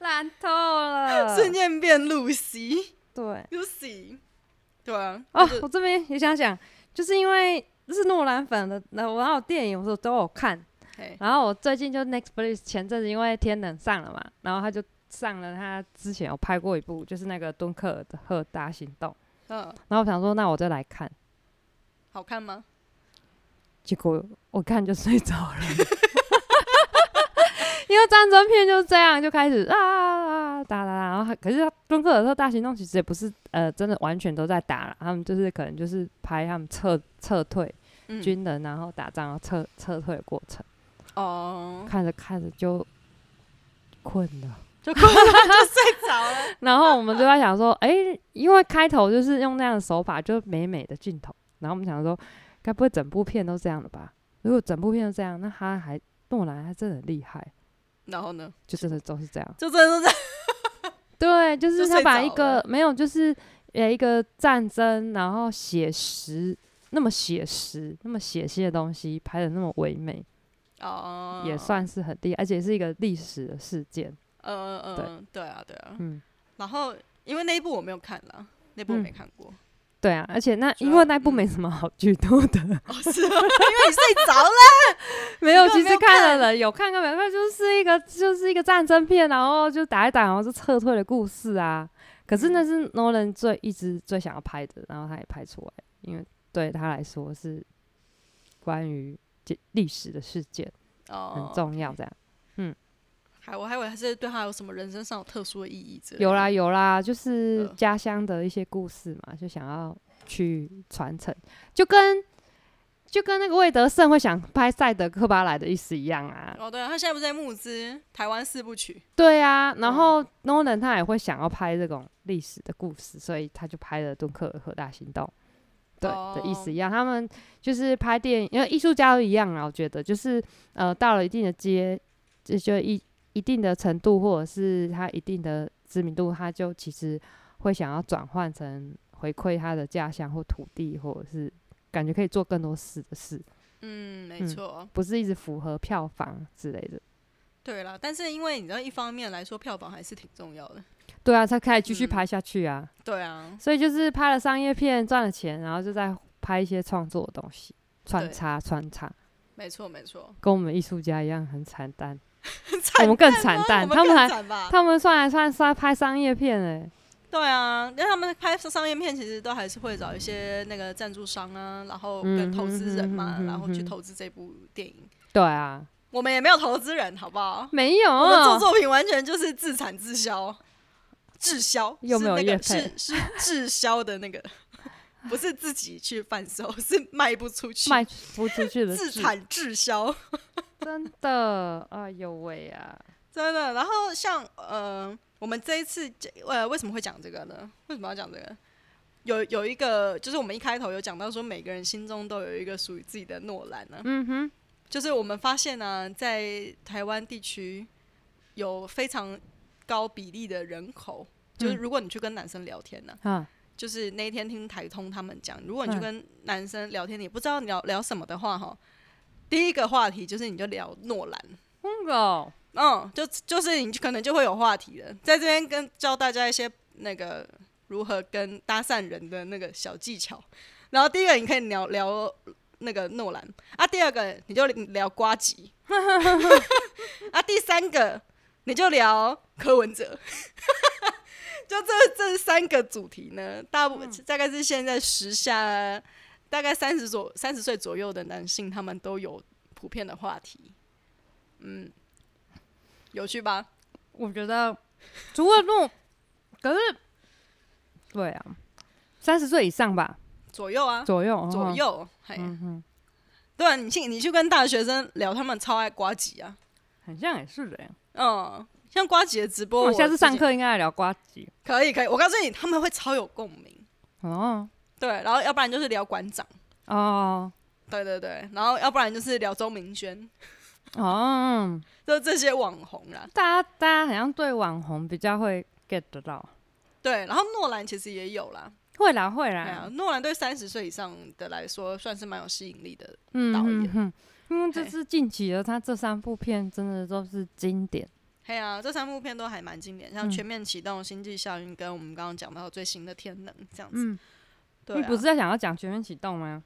Speaker 2: 烂透 了，
Speaker 1: 瞬间变 Lucy
Speaker 2: 对
Speaker 1: Lucy，对啊，
Speaker 2: 哦
Speaker 1: 就，是
Speaker 2: 我这边也想讲，就是因为是诺兰粉的，那我然后电影我说都有看，
Speaker 1: 哎
Speaker 2: 然后我最近就 Next Please 前阵子因为天能上了嘛，然后他就上了他之前有拍过一部，就是那个敦刻尔的赫大行动，
Speaker 1: 嗯，
Speaker 2: 然后我想说那我就来看，
Speaker 1: 好看吗？
Speaker 2: 结果我看就睡着了。 因为战争片就是这样，就开始啊啊啊打打打，然后还可是敦刻尔克大行动其实也不是呃真的完全都在打了，他们就是可能就是拍他们撤撤退、
Speaker 1: 嗯
Speaker 2: 军人，然后打仗然后撤撤退的过程，
Speaker 1: 哦，
Speaker 2: 看着看着就困了，
Speaker 1: 就困了就睡着 了。
Speaker 2: 然后我们就在想说，哎、因为开头就是用那样的手法，就美美的镜头，然后我们想说，该不会整部片都这样了吧？如果整部片都这样，那他还诺兰他真的很厉害，
Speaker 1: 然后呢，
Speaker 2: 就真的都是这样。
Speaker 1: 就真的是
Speaker 2: 对，就
Speaker 1: 就是睡
Speaker 2: 他把
Speaker 1: 着
Speaker 2: 一
Speaker 1: 了
Speaker 2: 个没有，就是呃一个战争，然后写实，那么写实，那么写些的东西拍的那么唯美，
Speaker 1: 哦，
Speaker 2: 也算是很厉害，而且是一个历史的事件。
Speaker 1: 呃，呃呃，对啊，对啊。
Speaker 2: 嗯，
Speaker 1: 然后因为那一部我没有看啦，那部我
Speaker 2: 嗯
Speaker 1: 没看过，
Speaker 2: 对啊，而且那
Speaker 1: 主
Speaker 2: 因
Speaker 1: 要
Speaker 2: 为那部
Speaker 1: 嗯
Speaker 2: 没什么好剧透的，
Speaker 1: 哦，是哦，因 为你睡着了，
Speaker 2: 没有，
Speaker 1: 你根本
Speaker 2: 其
Speaker 1: 没有
Speaker 2: 实看了人有看跟没看，就是一个就是一个战争片，然后就打一打，然后就撤退的故事啊。可是
Speaker 1: 嗯
Speaker 2: 那是 Nolan 最一直最想要拍的，然后他也拍出来，因为对他来说是关于这历史的事件
Speaker 1: 哦，
Speaker 2: 很重要，这样。
Speaker 1: 还我还以为是对他有什么人生上有特殊的意义之类的。
Speaker 2: 有啦有啦，就是
Speaker 1: 嗯
Speaker 2: 家乡的一些故事嘛，就想要去传承，就跟就跟那个魏德胜会想拍赛德克巴莱的意思一样啊。
Speaker 1: 哦，对啊，他现在不是在募资台湾四部曲，
Speaker 2: 对啊，然
Speaker 1: 嗯
Speaker 2: 后 Nolan 他也会想要拍这种历史的故事，所以他就拍了《敦刻尔克大行动》。对
Speaker 1: 哦
Speaker 2: 的意思一样，他们就是拍电影，因为艺术家都一样啊。我觉得就是呃，到了一定的阶，就就一一定的程度，或者是他一定的知名度，他就其实会想要转换成回馈他的家乡或土地，或者是感觉可以做更多事的事，
Speaker 1: 嗯，没
Speaker 2: 嗯
Speaker 1: 错。
Speaker 2: 不是一直符合票房之类的。
Speaker 1: 对啦，但是因为你知道，一方面来说，票房还是挺重要的。
Speaker 2: 对啊，才可以继续
Speaker 1: 嗯
Speaker 2: 拍下去啊。
Speaker 1: 对啊，
Speaker 2: 所以就是拍了商业片赚了钱，然后就在拍一些创作的东西，穿插穿插，
Speaker 1: 没错没错。
Speaker 2: 跟我们艺术家一样很惨淡，
Speaker 1: 惨
Speaker 2: 我们更惨
Speaker 1: 我
Speaker 2: 淡，他
Speaker 1: 更
Speaker 2: 们还
Speaker 1: 惨吧？
Speaker 2: 他们算来算去算拍商业片哎、
Speaker 1: 对啊，因为他们拍商业片，其实都还是会找一些那个赞助商啊，然后跟
Speaker 2: 嗯
Speaker 1: 投资人嘛，
Speaker 2: 嗯嗯嗯嗯
Speaker 1: 然后去
Speaker 2: 嗯
Speaker 1: 投资这部电影。
Speaker 2: 对啊，
Speaker 1: 我们也没有投资人，好不好？
Speaker 2: 没有，
Speaker 1: 我们做作品完全就是自产自销，滞销
Speaker 2: 又没有
Speaker 1: 是那
Speaker 2: 业
Speaker 1: 个是
Speaker 2: 配
Speaker 1: 是 滞销的那个，不是自己去贩售，是卖不出去，
Speaker 2: 卖不出去的
Speaker 1: 自
Speaker 2: 剧，
Speaker 1: 产滞销。
Speaker 2: 真的，哎呦喂啊，
Speaker 1: 真的。然后像呃，我们这一次呃为什么会讲这个呢？为什么要讲这个？有有一个，就是我们一开头有讲到说，每个人心中都有一个属于自己的诺兰啊呢、
Speaker 2: 嗯哼，
Speaker 1: 就是我们发现呢、在台湾地区有非常高比例的人口，就是
Speaker 2: 嗯
Speaker 1: 如果你去跟男生聊天呢、
Speaker 2: 啊，
Speaker 1: 就是那一天听台通他们讲，如果你去
Speaker 2: 嗯
Speaker 1: 跟男生聊天，你不知道聊聊什么的话，哈，第一个话题就是你就聊诺兰。
Speaker 2: 那个
Speaker 1: 嗯，就就是你可能就会有话题了。在这边跟教大家一些那个如何跟搭讪人的那个小技巧。然后第一个你可以聊聊那个诺兰啊，第二个你就聊瓜吉 啊，第三个你就聊柯文哲。 就这这三个主题呢，大部、大概是现在时下大概三十左三十岁左右的男性，他们都有普遍的话题。嗯，有趣吧？
Speaker 2: 我 觉得除了那种，可是对啊，三十岁以上吧
Speaker 1: 左右啊，
Speaker 2: 左右，
Speaker 1: 左
Speaker 2: 哦，
Speaker 1: 右，嘿，
Speaker 2: 嗯哼。
Speaker 1: 对啊，你去你去跟大学生聊，他们超爱瓜吉啊，
Speaker 2: 很像也是的耶。
Speaker 1: 嗯，像瓜吉的直播，
Speaker 2: 我
Speaker 1: 我
Speaker 2: 哦下次
Speaker 1: 自己
Speaker 2: 上课应该来聊瓜吉
Speaker 1: 可以可以，我告诉你，他们会超有共鸣，
Speaker 2: 哦
Speaker 1: 对，然后要不然就是聊馆长，
Speaker 2: 哦
Speaker 1: 对对对，然后要不然就是聊周明轩，
Speaker 2: 哦，
Speaker 1: 就这些网红啦，
Speaker 2: 大家大家好像对网红比较会 get 得到，
Speaker 1: 对，然后诺兰其实也有啦，
Speaker 2: 会啦会
Speaker 1: 对啊
Speaker 2: 啦，，
Speaker 1: 诺兰对三十岁以上的来说算是蛮有吸引力的，
Speaker 2: 嗯
Speaker 1: 导
Speaker 2: 嗯
Speaker 1: 演
Speaker 2: 嗯，因为这
Speaker 1: 嘿
Speaker 2: 是近期的，他这三部片真的都是经典，
Speaker 1: 嘿啊，这三部片都还蛮经典，像
Speaker 2: 嗯
Speaker 1: 《全面启动》《星际效应》跟我们刚刚讲到最新的《天能》这样子，
Speaker 2: 嗯，
Speaker 1: 对、
Speaker 2: 你
Speaker 1: 啊，哎
Speaker 2: 不是在想要讲全面启动吗？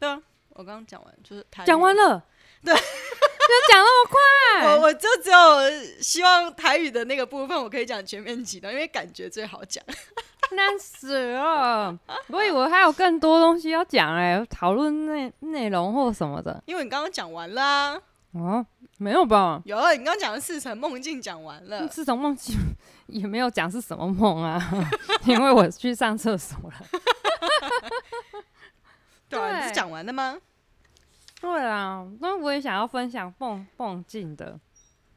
Speaker 1: 对啊，我刚刚讲完就是台语
Speaker 2: 讲完了，
Speaker 1: 对
Speaker 2: 就讲那么
Speaker 1: 我
Speaker 2: 快，
Speaker 1: 我就只有希望台语的那个部分我可以讲全面启动，因为感觉最好讲。
Speaker 2: 难死了，我以为还有更多东西要讲哎，讨论内内容或什么的，
Speaker 1: 因为你刚刚讲完啦，
Speaker 2: 哦，没有吧？
Speaker 1: 有你刚刚讲的四层梦境讲完 了，
Speaker 2: 是从梦境 也没有讲是什么梦啊， 因为我去上厕所了。
Speaker 1: 对啊，
Speaker 2: 对
Speaker 1: 你是讲完了吗？
Speaker 2: 对啊，那我也想要分享梦梦境的，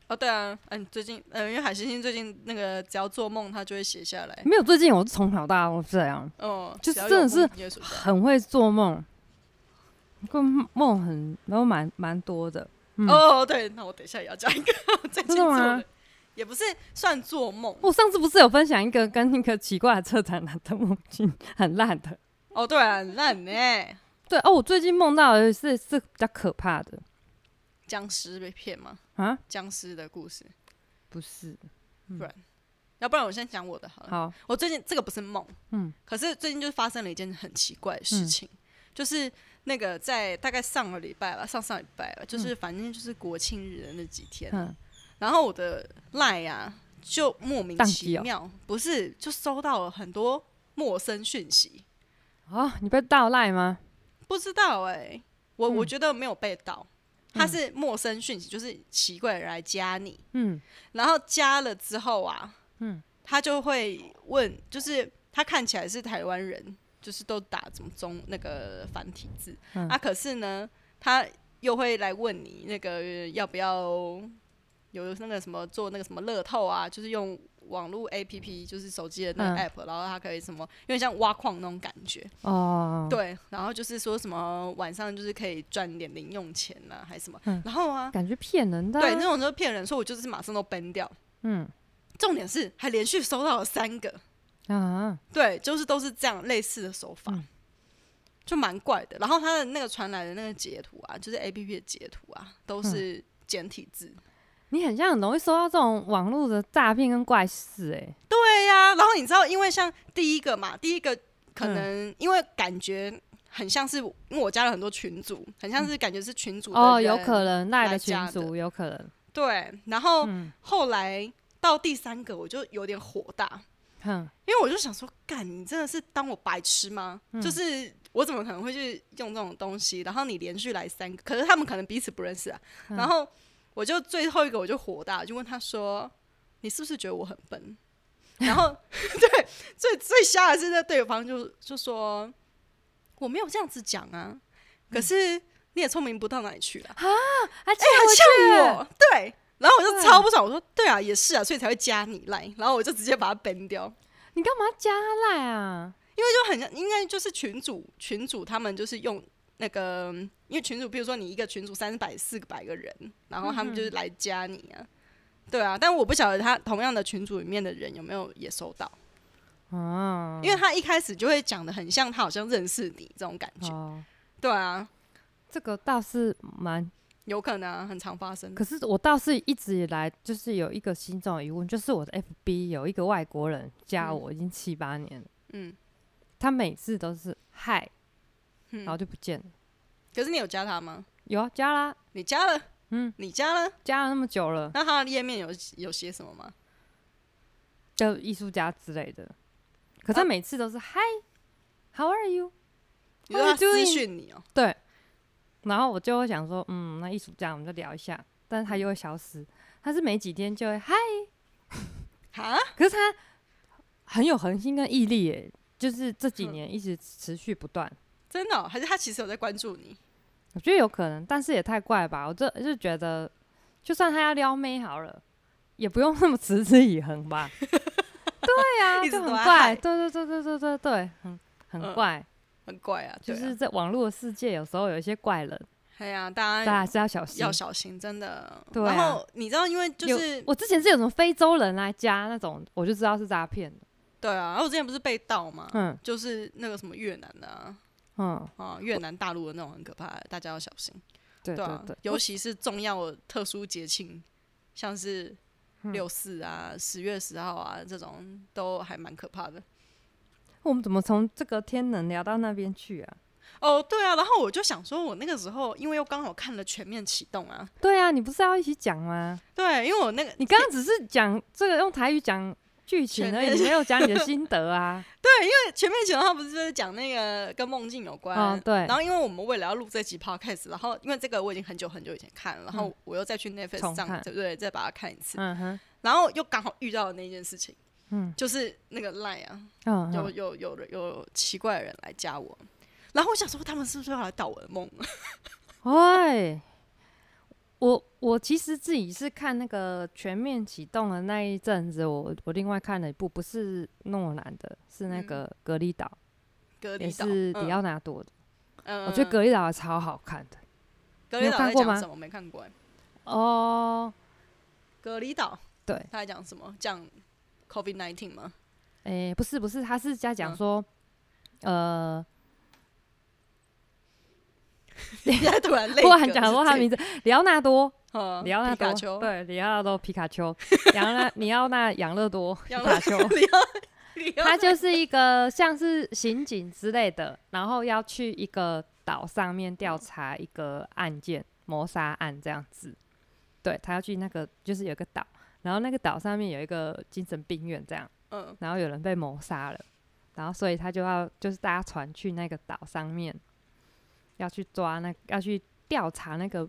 Speaker 1: 哦，对啊，嗯，最近，嗯，因为海星星最近那个只要做梦，他就会写下来。
Speaker 2: 没有最近我是从小到大都这样，
Speaker 1: 哦，
Speaker 2: 就
Speaker 1: 只要
Speaker 2: 真
Speaker 1: 有
Speaker 2: 的是
Speaker 1: 空你就会写下来
Speaker 2: 很会做梦，跟梦很都蛮蛮多的。嗯
Speaker 1: 哦，对，那我等一下也要讲一个我最近
Speaker 2: 真的
Speaker 1: 做
Speaker 2: 吗
Speaker 1: 的，也不是算做梦
Speaker 2: 我上次不是有分享一个跟那个奇怪的车展的梦境，很烂的。
Speaker 1: 哦，对啊，很烂呢、
Speaker 2: 对哦，我最近梦到的是是比较可怕的
Speaker 1: 僵尸被骗吗？
Speaker 2: 啊，
Speaker 1: 僵尸的故事，
Speaker 2: 不是。
Speaker 1: 要不然我先讲我的好了。
Speaker 2: 好，
Speaker 1: 我最近这个不是梦，
Speaker 2: 嗯
Speaker 1: 可是最近就发生了一件很奇怪的事情，就是那个在大概上个礼拜吧，上上礼拜吧，就是反正就是国庆日的那几天，啊
Speaker 2: 嗯，
Speaker 1: 然后我的赖啊就莫名
Speaker 2: 宕
Speaker 1: 其
Speaker 2: 机哦
Speaker 1: 妙，不是就收到了很多陌生讯息，
Speaker 2: 哦，你被盗赖吗？
Speaker 1: 不知道哎、我、我
Speaker 2: 嗯
Speaker 1: 觉得没有被盗，他是陌生讯息，就是奇怪的人来加你，
Speaker 2: 嗯，
Speaker 1: 然后加了之后啊，
Speaker 2: 嗯
Speaker 1: 他就会问，就是他看起来是台湾人，就是都打什么中那个繁体字，
Speaker 2: 嗯
Speaker 1: 啊，可是呢，他又会来问你那个要不要有那个什么做那个什么乐透啊，就是用网络 A P P，就是手机的那个
Speaker 2: 嗯
Speaker 1: app，、然后他可以什么，有点像挖矿那种感觉，
Speaker 2: 哦，
Speaker 1: 对，然后就是说什么晚上就是可以赚点零用钱呐、还是什么，
Speaker 2: 嗯
Speaker 1: 然后啊，
Speaker 2: 感觉骗人的啊。
Speaker 1: 对，那种就是骗人，所以我就是马上都崩掉。
Speaker 2: 嗯
Speaker 1: 重点是还连续收到了三个，
Speaker 2: 啊，
Speaker 1: 对，就是都是这样类似的手法，
Speaker 2: 嗯
Speaker 1: 就蛮怪的。然后他的那个传来的那个截图啊，就是 A P P 的截图啊，
Speaker 2: 嗯
Speaker 1: 都是简体字。
Speaker 2: 你很像很容易收到这种网络的诈骗跟怪事哎、欸。
Speaker 1: 对呀、然后你知道，因为像第一个嘛，第一个可
Speaker 2: 嗯
Speaker 1: 能、因为感觉很像是，因为我加了很多群组，很像是感觉是群组的
Speaker 2: 嗯哦，
Speaker 1: 人
Speaker 2: 有可能赖
Speaker 1: 来
Speaker 2: 的群
Speaker 1: 加
Speaker 2: 主，有可能。
Speaker 1: 对。然后
Speaker 2: 嗯
Speaker 1: 后来到第三个，我就有点火大，
Speaker 2: 哼，
Speaker 1: 因为我就想说，干，你真的是当我白痴吗？
Speaker 2: 嗯
Speaker 1: 就是我怎么可能会去用这种东西？然后你连续来三个，可是他们可能彼此不认识啊。
Speaker 2: 嗯
Speaker 1: 然后我就最后一个我就火大，就问他说：“你是不是觉得我很笨？”然 后对，最最瞎的是那对方就就说：“我没有这样子讲啊，可
Speaker 2: 嗯
Speaker 1: 是你也聪明不到哪里去啊。”
Speaker 2: 还欠
Speaker 1: 他
Speaker 2: 我
Speaker 1: 呛我，对。然后我就
Speaker 2: 对
Speaker 1: 超不爽，我说对啊，也是啊，所以才会加你来，然后我就直接把他 ban 掉。
Speaker 2: 你干嘛加赖啊？
Speaker 1: 就很像，应该就是群主群主他们就是用那个，因为群主，比如说你一个群主三百四百个人，然后他们就是来加你啊，对啊，但我不晓得他同样的群组里面的人有没有也收到，
Speaker 2: 哦，
Speaker 1: 因为他一开始就会讲的很像他好像认识你这种感觉，
Speaker 2: 哦，
Speaker 1: 对啊，
Speaker 2: 这个倒是蛮，
Speaker 1: 有可能、啊、很常发生，
Speaker 2: 可是我倒是一直以来就是有一个心中的疑问，就是我的 FB 有一个外国人加
Speaker 1: 嗯
Speaker 2: 我，已经七八年了，
Speaker 1: 嗯
Speaker 2: 他每次都是嗨，然后
Speaker 1: 嗯，
Speaker 2: 就不见了。
Speaker 1: 可是你有加他吗？
Speaker 2: 有啊，加啦，
Speaker 1: 你加了，
Speaker 2: 嗯，
Speaker 1: 你加了，
Speaker 2: 加了那么久了，
Speaker 1: 那他的页面有有些什么吗？
Speaker 2: 就艺术家之类的，可是
Speaker 1: 啊
Speaker 2: 他每次都是嗨，How 啊 are you？
Speaker 1: 你说他
Speaker 2: How you
Speaker 1: 私
Speaker 2: doing？
Speaker 1: 讯你哦、
Speaker 2: 对，然后我就会想说，嗯，那艺术家我们就聊一下，但是
Speaker 1: 嗯
Speaker 2: 他又会消失，他是每几天就会嗨，
Speaker 1: 哈，
Speaker 2: 可是他很有恒心跟毅力耶，就是这
Speaker 1: 嗯
Speaker 2: 几年一直持续不断，
Speaker 1: 真的哦、还是他其实有在关注你？
Speaker 2: 我觉得有可能，但是也太怪吧，我这就觉得，就算他要撩妹好了，也不用那 么持之以恒吧，对 啊，
Speaker 1: 一直
Speaker 2: 就很
Speaker 1: 都在嗨
Speaker 2: 怪，对对对对对对对，很
Speaker 1: 嗯
Speaker 2: 很怪，
Speaker 1: 很怪啊，
Speaker 2: 就
Speaker 1: 对啊
Speaker 2: 是在网络的世界，有时候有一些怪人，
Speaker 1: 哎呀，
Speaker 2: 大
Speaker 1: 大
Speaker 2: 家
Speaker 1: 家
Speaker 2: 还是要小心
Speaker 1: 要。小心，真的。
Speaker 2: 对啊
Speaker 1: 然后你知道，因为就是
Speaker 2: 有我之前是有什么非洲人来加那种，我就知道是诈骗的。
Speaker 1: 对啊，然后我之前不是被盗嘛，
Speaker 2: 嗯
Speaker 1: 就是那个什么越南的啊，
Speaker 2: 嗯，
Speaker 1: 啊越南大陆的那种很可怕的，大家要小心。
Speaker 2: 对对
Speaker 1: 啊
Speaker 2: 对，，
Speaker 1: 尤其是重要的特殊节庆，像是
Speaker 2: 嗯
Speaker 1: 六四啊、十月十号啊这种，都还蛮可怕的。
Speaker 2: 我们怎么从这个天能聊到那边去啊？
Speaker 1: 哦，对啊，然后我就想说，我那个时候因为又刚好看了《全面启动》啊，
Speaker 2: 对啊，你不是要一起讲 吗？
Speaker 1: 对，因为我那个
Speaker 2: 你刚刚只是讲这个用台语讲剧情而
Speaker 1: 全
Speaker 2: 已，你没有讲你的心 得啊。
Speaker 1: 《全面启动》它不是就是讲那个跟梦境有关，
Speaker 2: 哦，对
Speaker 1: 然，后因为我们为了要录这集 podcast，然后因为这个我已经很久很久以前看了，然后
Speaker 2: 嗯
Speaker 1: 我又再去 Netflix
Speaker 2: 重
Speaker 1: 上，
Speaker 2: 看
Speaker 1: 对不对？再把它看一次，
Speaker 2: 嗯哼，
Speaker 1: 然后又刚好遇到了那件事情，
Speaker 2: 嗯
Speaker 1: 就是那个 Line 啊，
Speaker 2: 嗯
Speaker 1: 有
Speaker 2: 嗯，
Speaker 1: 有有有有奇怪的人来加我，然后我想说他们是不是要来盗我的梦？
Speaker 2: 喂，我我其实自己是看那个全面启动的那一阵子，我我另外看了一部，不是诺兰的，是那
Speaker 1: 嗯
Speaker 2: 个格力岛，
Speaker 1: 隔
Speaker 2: 也
Speaker 1: 离岛
Speaker 2: 是
Speaker 1: 嗯
Speaker 2: 迪奥纳多的。
Speaker 1: 嗯
Speaker 2: 我觉得《格力岛》超好看的
Speaker 1: 隔
Speaker 2: 你
Speaker 1: 离
Speaker 2: 有
Speaker 1: 岛
Speaker 2: 看
Speaker 1: 在
Speaker 2: 过
Speaker 1: 讲
Speaker 2: 吗
Speaker 1: 什么？没看过欸。
Speaker 2: 哦。
Speaker 1: 隔离岛，
Speaker 2: 对，
Speaker 1: 他在讲什么？讲 COVID nineteen 吗？
Speaker 2: 诶、不是不是，他是在讲
Speaker 1: 嗯
Speaker 2: 说，呃，
Speaker 1: 你在突然累，
Speaker 2: 突然讲说他名
Speaker 1: 字，
Speaker 2: 字，里奥纳多，
Speaker 1: 嗯
Speaker 2: 里奥纳
Speaker 1: 皮卡
Speaker 2: 多，
Speaker 1: 丘，
Speaker 2: 对，里奥纳多皮卡丘， 杨纳里奥纳养乐多皮
Speaker 1: 养
Speaker 2: 卡
Speaker 1: 乐
Speaker 2: 丘，
Speaker 1: 里奥，里奥
Speaker 2: 他就是一个像是刑警之类的，然后要去一个岛上面调查一个案件，谋杀案这样子。对他要去那个，就是有一个岛，然后那个岛上面有一个精神病院这样，
Speaker 1: 嗯，
Speaker 2: 然后有人被谋杀了，然后所以他就要就是搭船去那个岛上面，要去抓那要去调查那个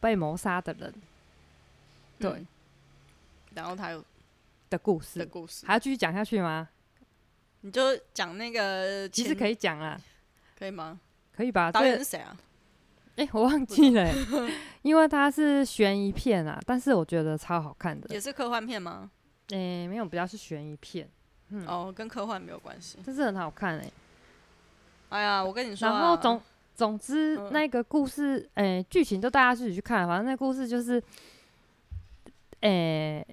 Speaker 2: 被谋杀的人对
Speaker 1: 嗯。然后他有
Speaker 2: 的故
Speaker 1: 的
Speaker 2: 事，
Speaker 1: 故事，
Speaker 2: 还要继续讲下去吗？
Speaker 1: 你就讲那个
Speaker 2: 其
Speaker 1: 前，
Speaker 2: 实可以讲啦，
Speaker 1: 可以吗？
Speaker 2: 可以吧？
Speaker 1: 导
Speaker 2: 这
Speaker 1: 演是谁啊？
Speaker 2: 哎、我忘记了欸，因为它是悬疑片啊，但是我觉得超好看的。
Speaker 1: 也是科幻片吗？
Speaker 2: 哎、没有，比较是悬疑片，嗯
Speaker 1: 哦，跟科幻没有关系。
Speaker 2: 但是很好看哎、
Speaker 1: 哎呀，我跟你说啊，
Speaker 2: 然后总总之，
Speaker 1: 嗯
Speaker 2: 那个故事，哎、剧情都大家自己去看，反正那故事就是，哎、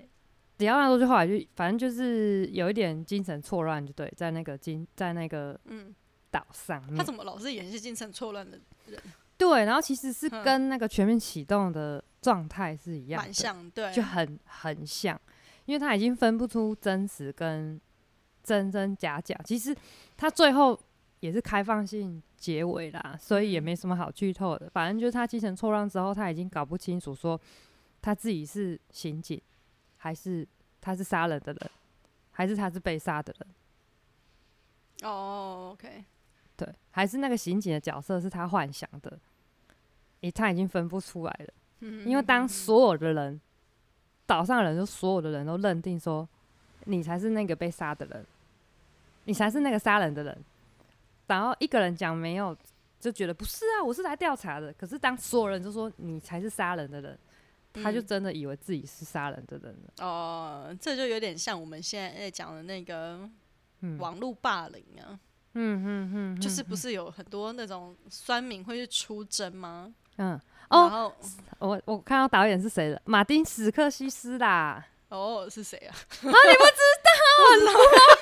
Speaker 2: 只要那多就后来就，反正就是有一点精神错乱，就对，在那个精在那个
Speaker 1: 嗯，
Speaker 2: 岛上面
Speaker 1: 他怎么老是演一些精神错乱的，
Speaker 2: 对，然后其实是
Speaker 1: 嗯
Speaker 2: 跟那个全面启动的状态是一样
Speaker 1: 蛮
Speaker 2: 的。
Speaker 1: 像对
Speaker 2: 就，很很像，因为他已经分不出真实跟真真假假。其实他最后也是开放性结尾啦，所以也没什么好剧透的。反正就是他精神错乱之后，他已经搞不清楚说他自己是刑警，还是他是杀人的人，还是他是被杀的人。
Speaker 1: 哦，OK，
Speaker 2: 对，还是那个刑警的角色是他幻想的，诶、他已经分不出来了。
Speaker 1: 嗯
Speaker 2: 因为当
Speaker 1: 时
Speaker 2: 所有的人，岛上的人就所有的人都认定说，你才是那个被杀的人，你才是那个杀人的人。然后一个人讲没有，就觉得不是啊，我是来调查的。可是当所有人都说你才是杀人的人，他
Speaker 1: 嗯
Speaker 2: 就真的以为自己是杀人的人了。
Speaker 1: 哦，这就有点像我们现在在讲的那个
Speaker 2: 嗯
Speaker 1: 网络霸凌啊，
Speaker 2: 嗯嗯嗯，
Speaker 1: 就是不是有很多那种酸民会去出征吗？
Speaker 2: 嗯，
Speaker 1: 然
Speaker 2: 哦，
Speaker 1: 后
Speaker 2: 我我看到导演是谁了，马丁史克西斯 啦，
Speaker 1: 哦是谁啊？
Speaker 2: 寡闻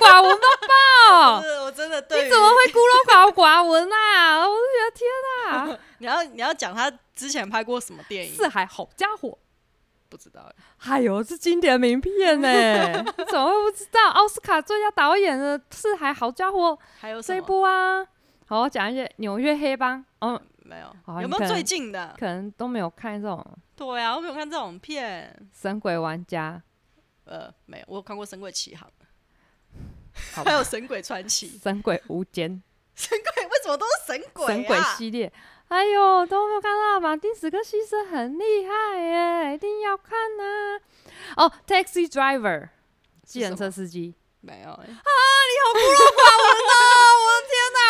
Speaker 2: 到爆，
Speaker 1: 是 我真的对于，
Speaker 2: 哦你怎么会孤陋寡寡闻啊？我就觉得天啊！
Speaker 1: 你要你要讲他之前拍过什么电影？
Speaker 2: 四海好家伙，
Speaker 1: 不知道欸，
Speaker 2: 哎呦，是经典名片呢、 你怎么会不知道？奥斯卡最佳导演的《四海好家伙》
Speaker 1: 还有什
Speaker 2: 这一
Speaker 1: 么
Speaker 2: 部啊，好，我讲一些纽约黑帮，嗯，
Speaker 1: 没有？
Speaker 2: 哦
Speaker 1: 有
Speaker 2: 你
Speaker 1: 没
Speaker 2: 可
Speaker 1: 有最
Speaker 2: 能
Speaker 1: 近的？
Speaker 2: 可能都没有看这种《
Speaker 1: 对啊，我没有看这种片。
Speaker 2: 神鬼玩家
Speaker 1: 呃，没有，我有看过《神鬼奇航》，
Speaker 2: 好 吧
Speaker 1: 还有《神鬼传》 奇
Speaker 2: 《神鬼无间》》。
Speaker 1: 对，为什么都是神
Speaker 2: 《
Speaker 1: 鬼、啊？
Speaker 2: 神鬼系列》，哎呦，都没有看到马丁·史克西斯很厉害耶，一定要看呐、哦，《Taxi Driver》，计程车司机。
Speaker 1: 没有、欸，
Speaker 2: 啊！我的天哪，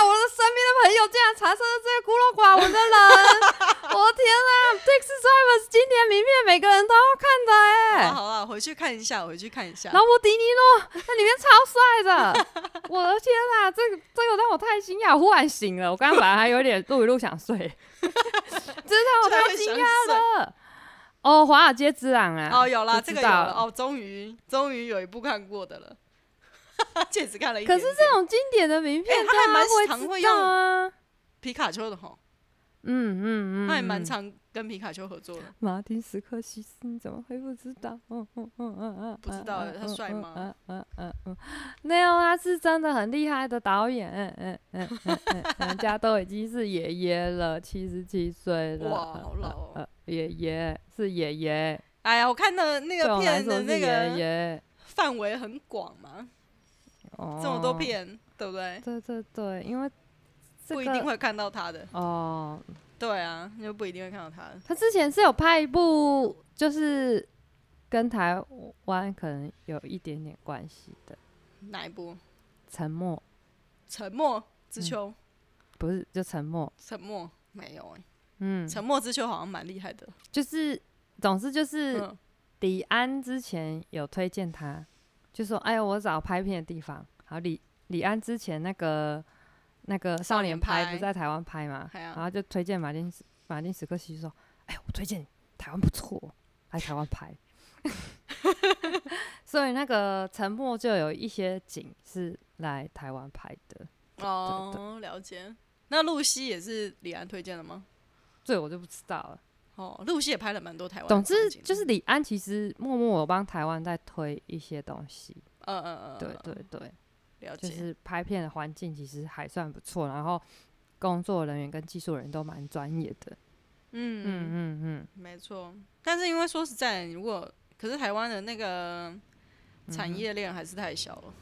Speaker 2: 我的身边的朋友竟然产生了这个孤陋寡闻 的人，我的天哪！Taxi Driver 是经典名片，每个人都要看的
Speaker 1: 哦啊
Speaker 2: 哎、
Speaker 1: 好了，回去看一下，回去看一下。
Speaker 2: 劳勃迪尼诺那里面超帅的， 我的天哪，这个这个让我太惊讶，忽然醒了。我刚刚本来还有点录一录 想睡，真的我
Speaker 1: 居然
Speaker 2: 太
Speaker 1: 会
Speaker 2: 惊
Speaker 1: 想
Speaker 2: 讶了。哦，华尔街之狼啊！
Speaker 1: 哦，有啦，
Speaker 2: 就
Speaker 1: 这
Speaker 2: 知
Speaker 1: 个有
Speaker 2: 道
Speaker 1: 了哦，终于终于有一部看过的了， 这只看了一
Speaker 2: 可
Speaker 1: 点
Speaker 2: 是
Speaker 1: 点。
Speaker 2: 这种经典的名片，
Speaker 1: 哎他还
Speaker 2: 大
Speaker 1: 蛮
Speaker 2: 家
Speaker 1: 常
Speaker 2: 会
Speaker 1: 会
Speaker 2: 知
Speaker 1: 用
Speaker 2: 道啊。
Speaker 1: 皮卡丘的吼，
Speaker 2: 嗯嗯嗯，
Speaker 1: 他也蛮
Speaker 2: 嗯
Speaker 1: 常跟皮卡丘合作的。
Speaker 2: 马丁·斯科西斯，你怎么会不知道？嗯嗯嗯嗯嗯，
Speaker 1: 不知道欸他帅吗
Speaker 2: 嗯嗯嗯嗯，没有，他是真的很厉害的导演。嗯嗯嗯嗯嗯嗯，人家都已经是爷爷了，七十七岁了。
Speaker 1: 哇好老哦
Speaker 2: 呃，爷爷是爷爷，
Speaker 1: 哎呀，我看到那
Speaker 2: 对
Speaker 1: 个
Speaker 2: 我来
Speaker 1: 片
Speaker 2: 说
Speaker 1: 的
Speaker 2: 是
Speaker 1: 那
Speaker 2: 爷
Speaker 1: 个
Speaker 2: 爷。
Speaker 1: 范围很广嘛，
Speaker 2: 哦，
Speaker 1: 这么多。片，对不对？
Speaker 2: 对对对，因为这
Speaker 1: 不一定
Speaker 2: 个
Speaker 1: 会看到他的，
Speaker 2: 哦，
Speaker 1: 对啊，就不一定会看到他的。
Speaker 2: 他之前是有拍一部，就是跟台湾可能有一点点关系的《
Speaker 1: 哪一部？
Speaker 2: 沉默》。
Speaker 1: 沉默之丘，
Speaker 2: 嗯不是就沉默，
Speaker 1: 沉默没有哎、
Speaker 2: 嗯，
Speaker 1: 沉默之丘好像蛮厉害的。
Speaker 2: 就是总之就是
Speaker 1: 嗯，
Speaker 2: 李安之前有推荐他，就说哎呀我找拍片的地方，好李李安之前那个那个
Speaker 1: 少
Speaker 2: 少
Speaker 1: 年
Speaker 2: 年拍
Speaker 1: 派
Speaker 2: 不是在台湾拍嘛，
Speaker 1: 哎呀
Speaker 2: 然后就推荐马丁斯 马丁史克西斯说，哎我推荐你台湾不错哦，来台湾拍，所以那个沉默就有一些景是来台湾拍的，
Speaker 1: 哦，了解。那露西也是李安推荐的吗？
Speaker 2: 这我就不知道了。
Speaker 1: 哦，露西也拍了蛮多台湾的
Speaker 2: 总
Speaker 1: 风景。
Speaker 2: 之就是李安其实默默有帮台湾在推一些东西，
Speaker 1: 嗯，嗯嗯嗯，
Speaker 2: 对对对，
Speaker 1: 了
Speaker 2: 就
Speaker 1: 解。
Speaker 2: 是拍片的环境其实还算不错，然后工作人员跟技术人员都蛮专业的，
Speaker 1: 嗯嗯，
Speaker 2: 嗯嗯
Speaker 1: 没错。但是因为说实在，如果可是台湾的那个产业链还是太小了。
Speaker 2: 嗯，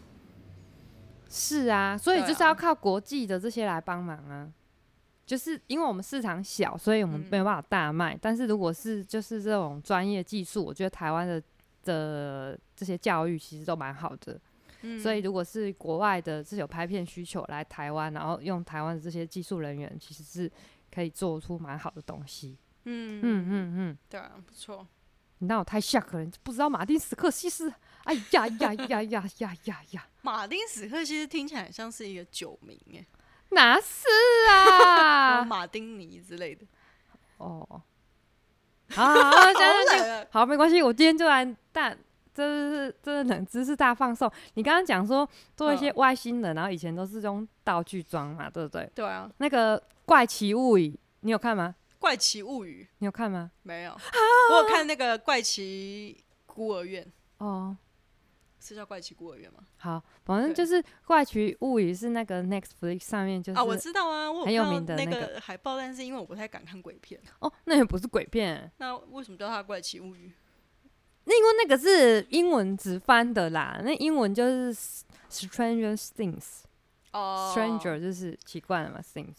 Speaker 2: 是啊，所以
Speaker 1: 对
Speaker 2: 就是
Speaker 1: 啊
Speaker 2: 要靠国际的这些来帮忙啊。就是因为我们市场小，所以我们
Speaker 1: 嗯
Speaker 2: 没有办法大卖。但是如果是就是这种专业技术，我觉得台湾的的这些教育其实都蛮好的。
Speaker 1: 嗯，
Speaker 2: 所以如果是国外的是有拍片需求来台湾，然后用台湾的这些技术人员，其实是可以做出蛮好的东西。
Speaker 1: 嗯
Speaker 2: 嗯
Speaker 1: 嗯，
Speaker 2: 嗯嗯，
Speaker 1: 对啊，不错。
Speaker 2: 你让我太吓客人，不知道马丁斯克西是，哎呀呀呀呀呀呀呀，
Speaker 1: 马丁·史克其实听起来像是一个酒名耶，
Speaker 2: 哪是
Speaker 1: 啊，
Speaker 2: 啊？
Speaker 1: 马丁尼之类的。
Speaker 2: 哦，好好好，这
Speaker 1: 好
Speaker 2: 样这样
Speaker 1: 冷啊
Speaker 2: 好，没关系，我今天就来大，真的是真的冷知识大放送。你刚刚讲说做一些外星人，然后以前都是用道具装嘛，对不对？
Speaker 1: 对啊，
Speaker 2: 那个怪奇物语，你有看吗？
Speaker 1: 《怪奇物语》
Speaker 2: 你有看吗？
Speaker 1: 没有，我有看那个《怪奇孤儿院》，
Speaker 2: 哦，
Speaker 1: 是叫《怪奇孤儿院》吗？
Speaker 2: 好，反正
Speaker 1: 对
Speaker 2: 就是《怪奇物语》是那个 Netflix 上面就是、
Speaker 1: 啊，我知道啊，我
Speaker 2: 很有
Speaker 1: 看
Speaker 2: 名
Speaker 1: 到
Speaker 2: 的
Speaker 1: 那
Speaker 2: 那
Speaker 1: 个海报，但是因为我不太敢看鬼片，
Speaker 2: 哦，那也不是鬼片，
Speaker 1: 那为什么叫它《怪奇物语
Speaker 2: 那因为那个是英文直翻的啦，那英文就是 s- Stranger Things，Stranger、》？
Speaker 1: 哦
Speaker 2: Stranger 就是奇怪了嘛，Things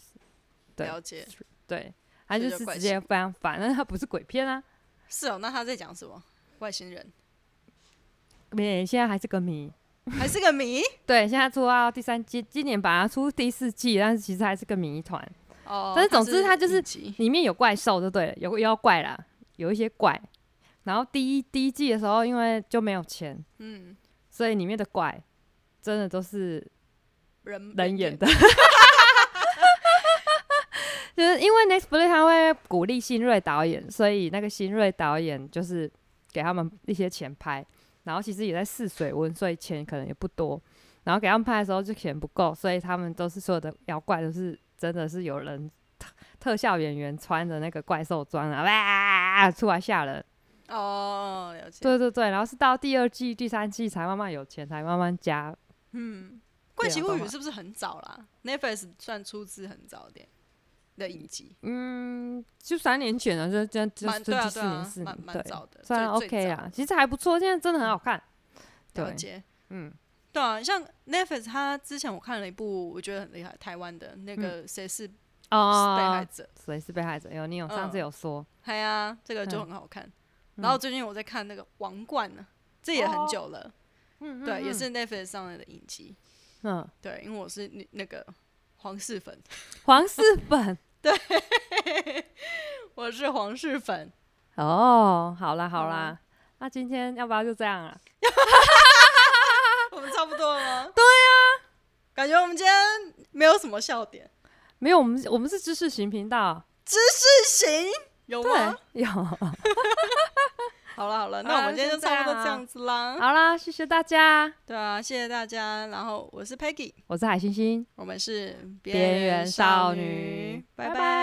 Speaker 2: 对
Speaker 1: 了解
Speaker 2: 对，它
Speaker 1: 这
Speaker 2: 就
Speaker 1: 就是怪
Speaker 2: 直接
Speaker 1: 奇
Speaker 2: 翻反，但它不是鬼片啊，
Speaker 1: 是哦。那他在讲什么？外星 人
Speaker 2: 没，现在还是个谜。
Speaker 1: 还是个谜
Speaker 2: 对，现在出到第三季，今年把它出第四季，但是其实还是个谜团。
Speaker 1: 哦。
Speaker 2: 但是总之它就是
Speaker 1: 影集
Speaker 2: 里面有怪兽就对了，有妖怪啦，有一些怪。然后第一第一季的时候，因为就没有钱，
Speaker 1: 嗯，
Speaker 2: 所以里面的怪真的都是
Speaker 1: 人
Speaker 2: 人演的， 就是因为 Next Play 他会鼓励新锐导演，所以那个新锐导演就是给他们一些钱拍，然后其实也在试水温，所以钱可能也不多。然后给他们拍的时候就钱不够，所以他们都是所有的妖怪都是真的是有人特特效演员穿着那个怪兽装啊，哇出来吓人。
Speaker 1: 哦，了解。
Speaker 2: 对对对，然后是到第二季、第三季才慢慢有钱，才慢慢加。
Speaker 1: 嗯，《怪奇物
Speaker 2: 对啊
Speaker 1: 语
Speaker 2: 懂》了
Speaker 1: 是不是很早啦？Netflix 算出资很早点的影集，
Speaker 2: 嗯，就三年前了，就就就
Speaker 1: 蛮
Speaker 2: 就
Speaker 1: 对啊对
Speaker 2: 第四年
Speaker 1: 啊
Speaker 2: 四，
Speaker 1: 蛮
Speaker 2: 年，
Speaker 1: 蛮
Speaker 2: 对，
Speaker 1: 早的，
Speaker 2: 算
Speaker 1: 最
Speaker 2: OK
Speaker 1: 最
Speaker 2: 啦，其实还不错，现在真的很好看。
Speaker 1: 早了
Speaker 2: 对，
Speaker 1: 解。
Speaker 2: 嗯，
Speaker 1: 对啊，像 Netflix，它之前我看了一部，我觉得很厉害，台湾的那
Speaker 2: 嗯
Speaker 1: 个谁是被害
Speaker 2: 哦，
Speaker 1: 者，
Speaker 2: 谁是被害者？有你有上
Speaker 1: 嗯
Speaker 2: 次有说，
Speaker 1: 嗨呀，啊这个就
Speaker 2: 嗯
Speaker 1: 很好看。然后最近我在看那个《王冠》呢，这也很久了，
Speaker 2: 嗯
Speaker 1: 对，也，是 Netflix 上的影集，
Speaker 2: 嗯，
Speaker 1: 对，因为我是那那个皇室粉，
Speaker 2: 黄氏粉
Speaker 1: 我是皇室粉，
Speaker 2: 哦，好啦好啦，
Speaker 1: 啊
Speaker 2: 那今天要不要就这样啊了？
Speaker 1: 我们差不多了 吗？对呀、感觉我们今天没有什么笑点，
Speaker 2: 没有，我们我们是知识型频道，
Speaker 1: 不行，有啊
Speaker 2: 对
Speaker 1: 吗？，
Speaker 2: 有，好
Speaker 1: 好了好了，
Speaker 2: 好
Speaker 1: 那我
Speaker 2: 啦
Speaker 1: 们今天就
Speaker 2: 先这
Speaker 1: 差
Speaker 2: 样
Speaker 1: 不多这
Speaker 2: 啊
Speaker 1: 样子啦。
Speaker 2: 啦，谢谢大家，
Speaker 1: 对啊，谢谢大家，然后我是 Peggy。
Speaker 2: 我是海星星。
Speaker 1: 我们是
Speaker 2: 边缘少女
Speaker 1: 拜
Speaker 2: 拜
Speaker 1: 拜。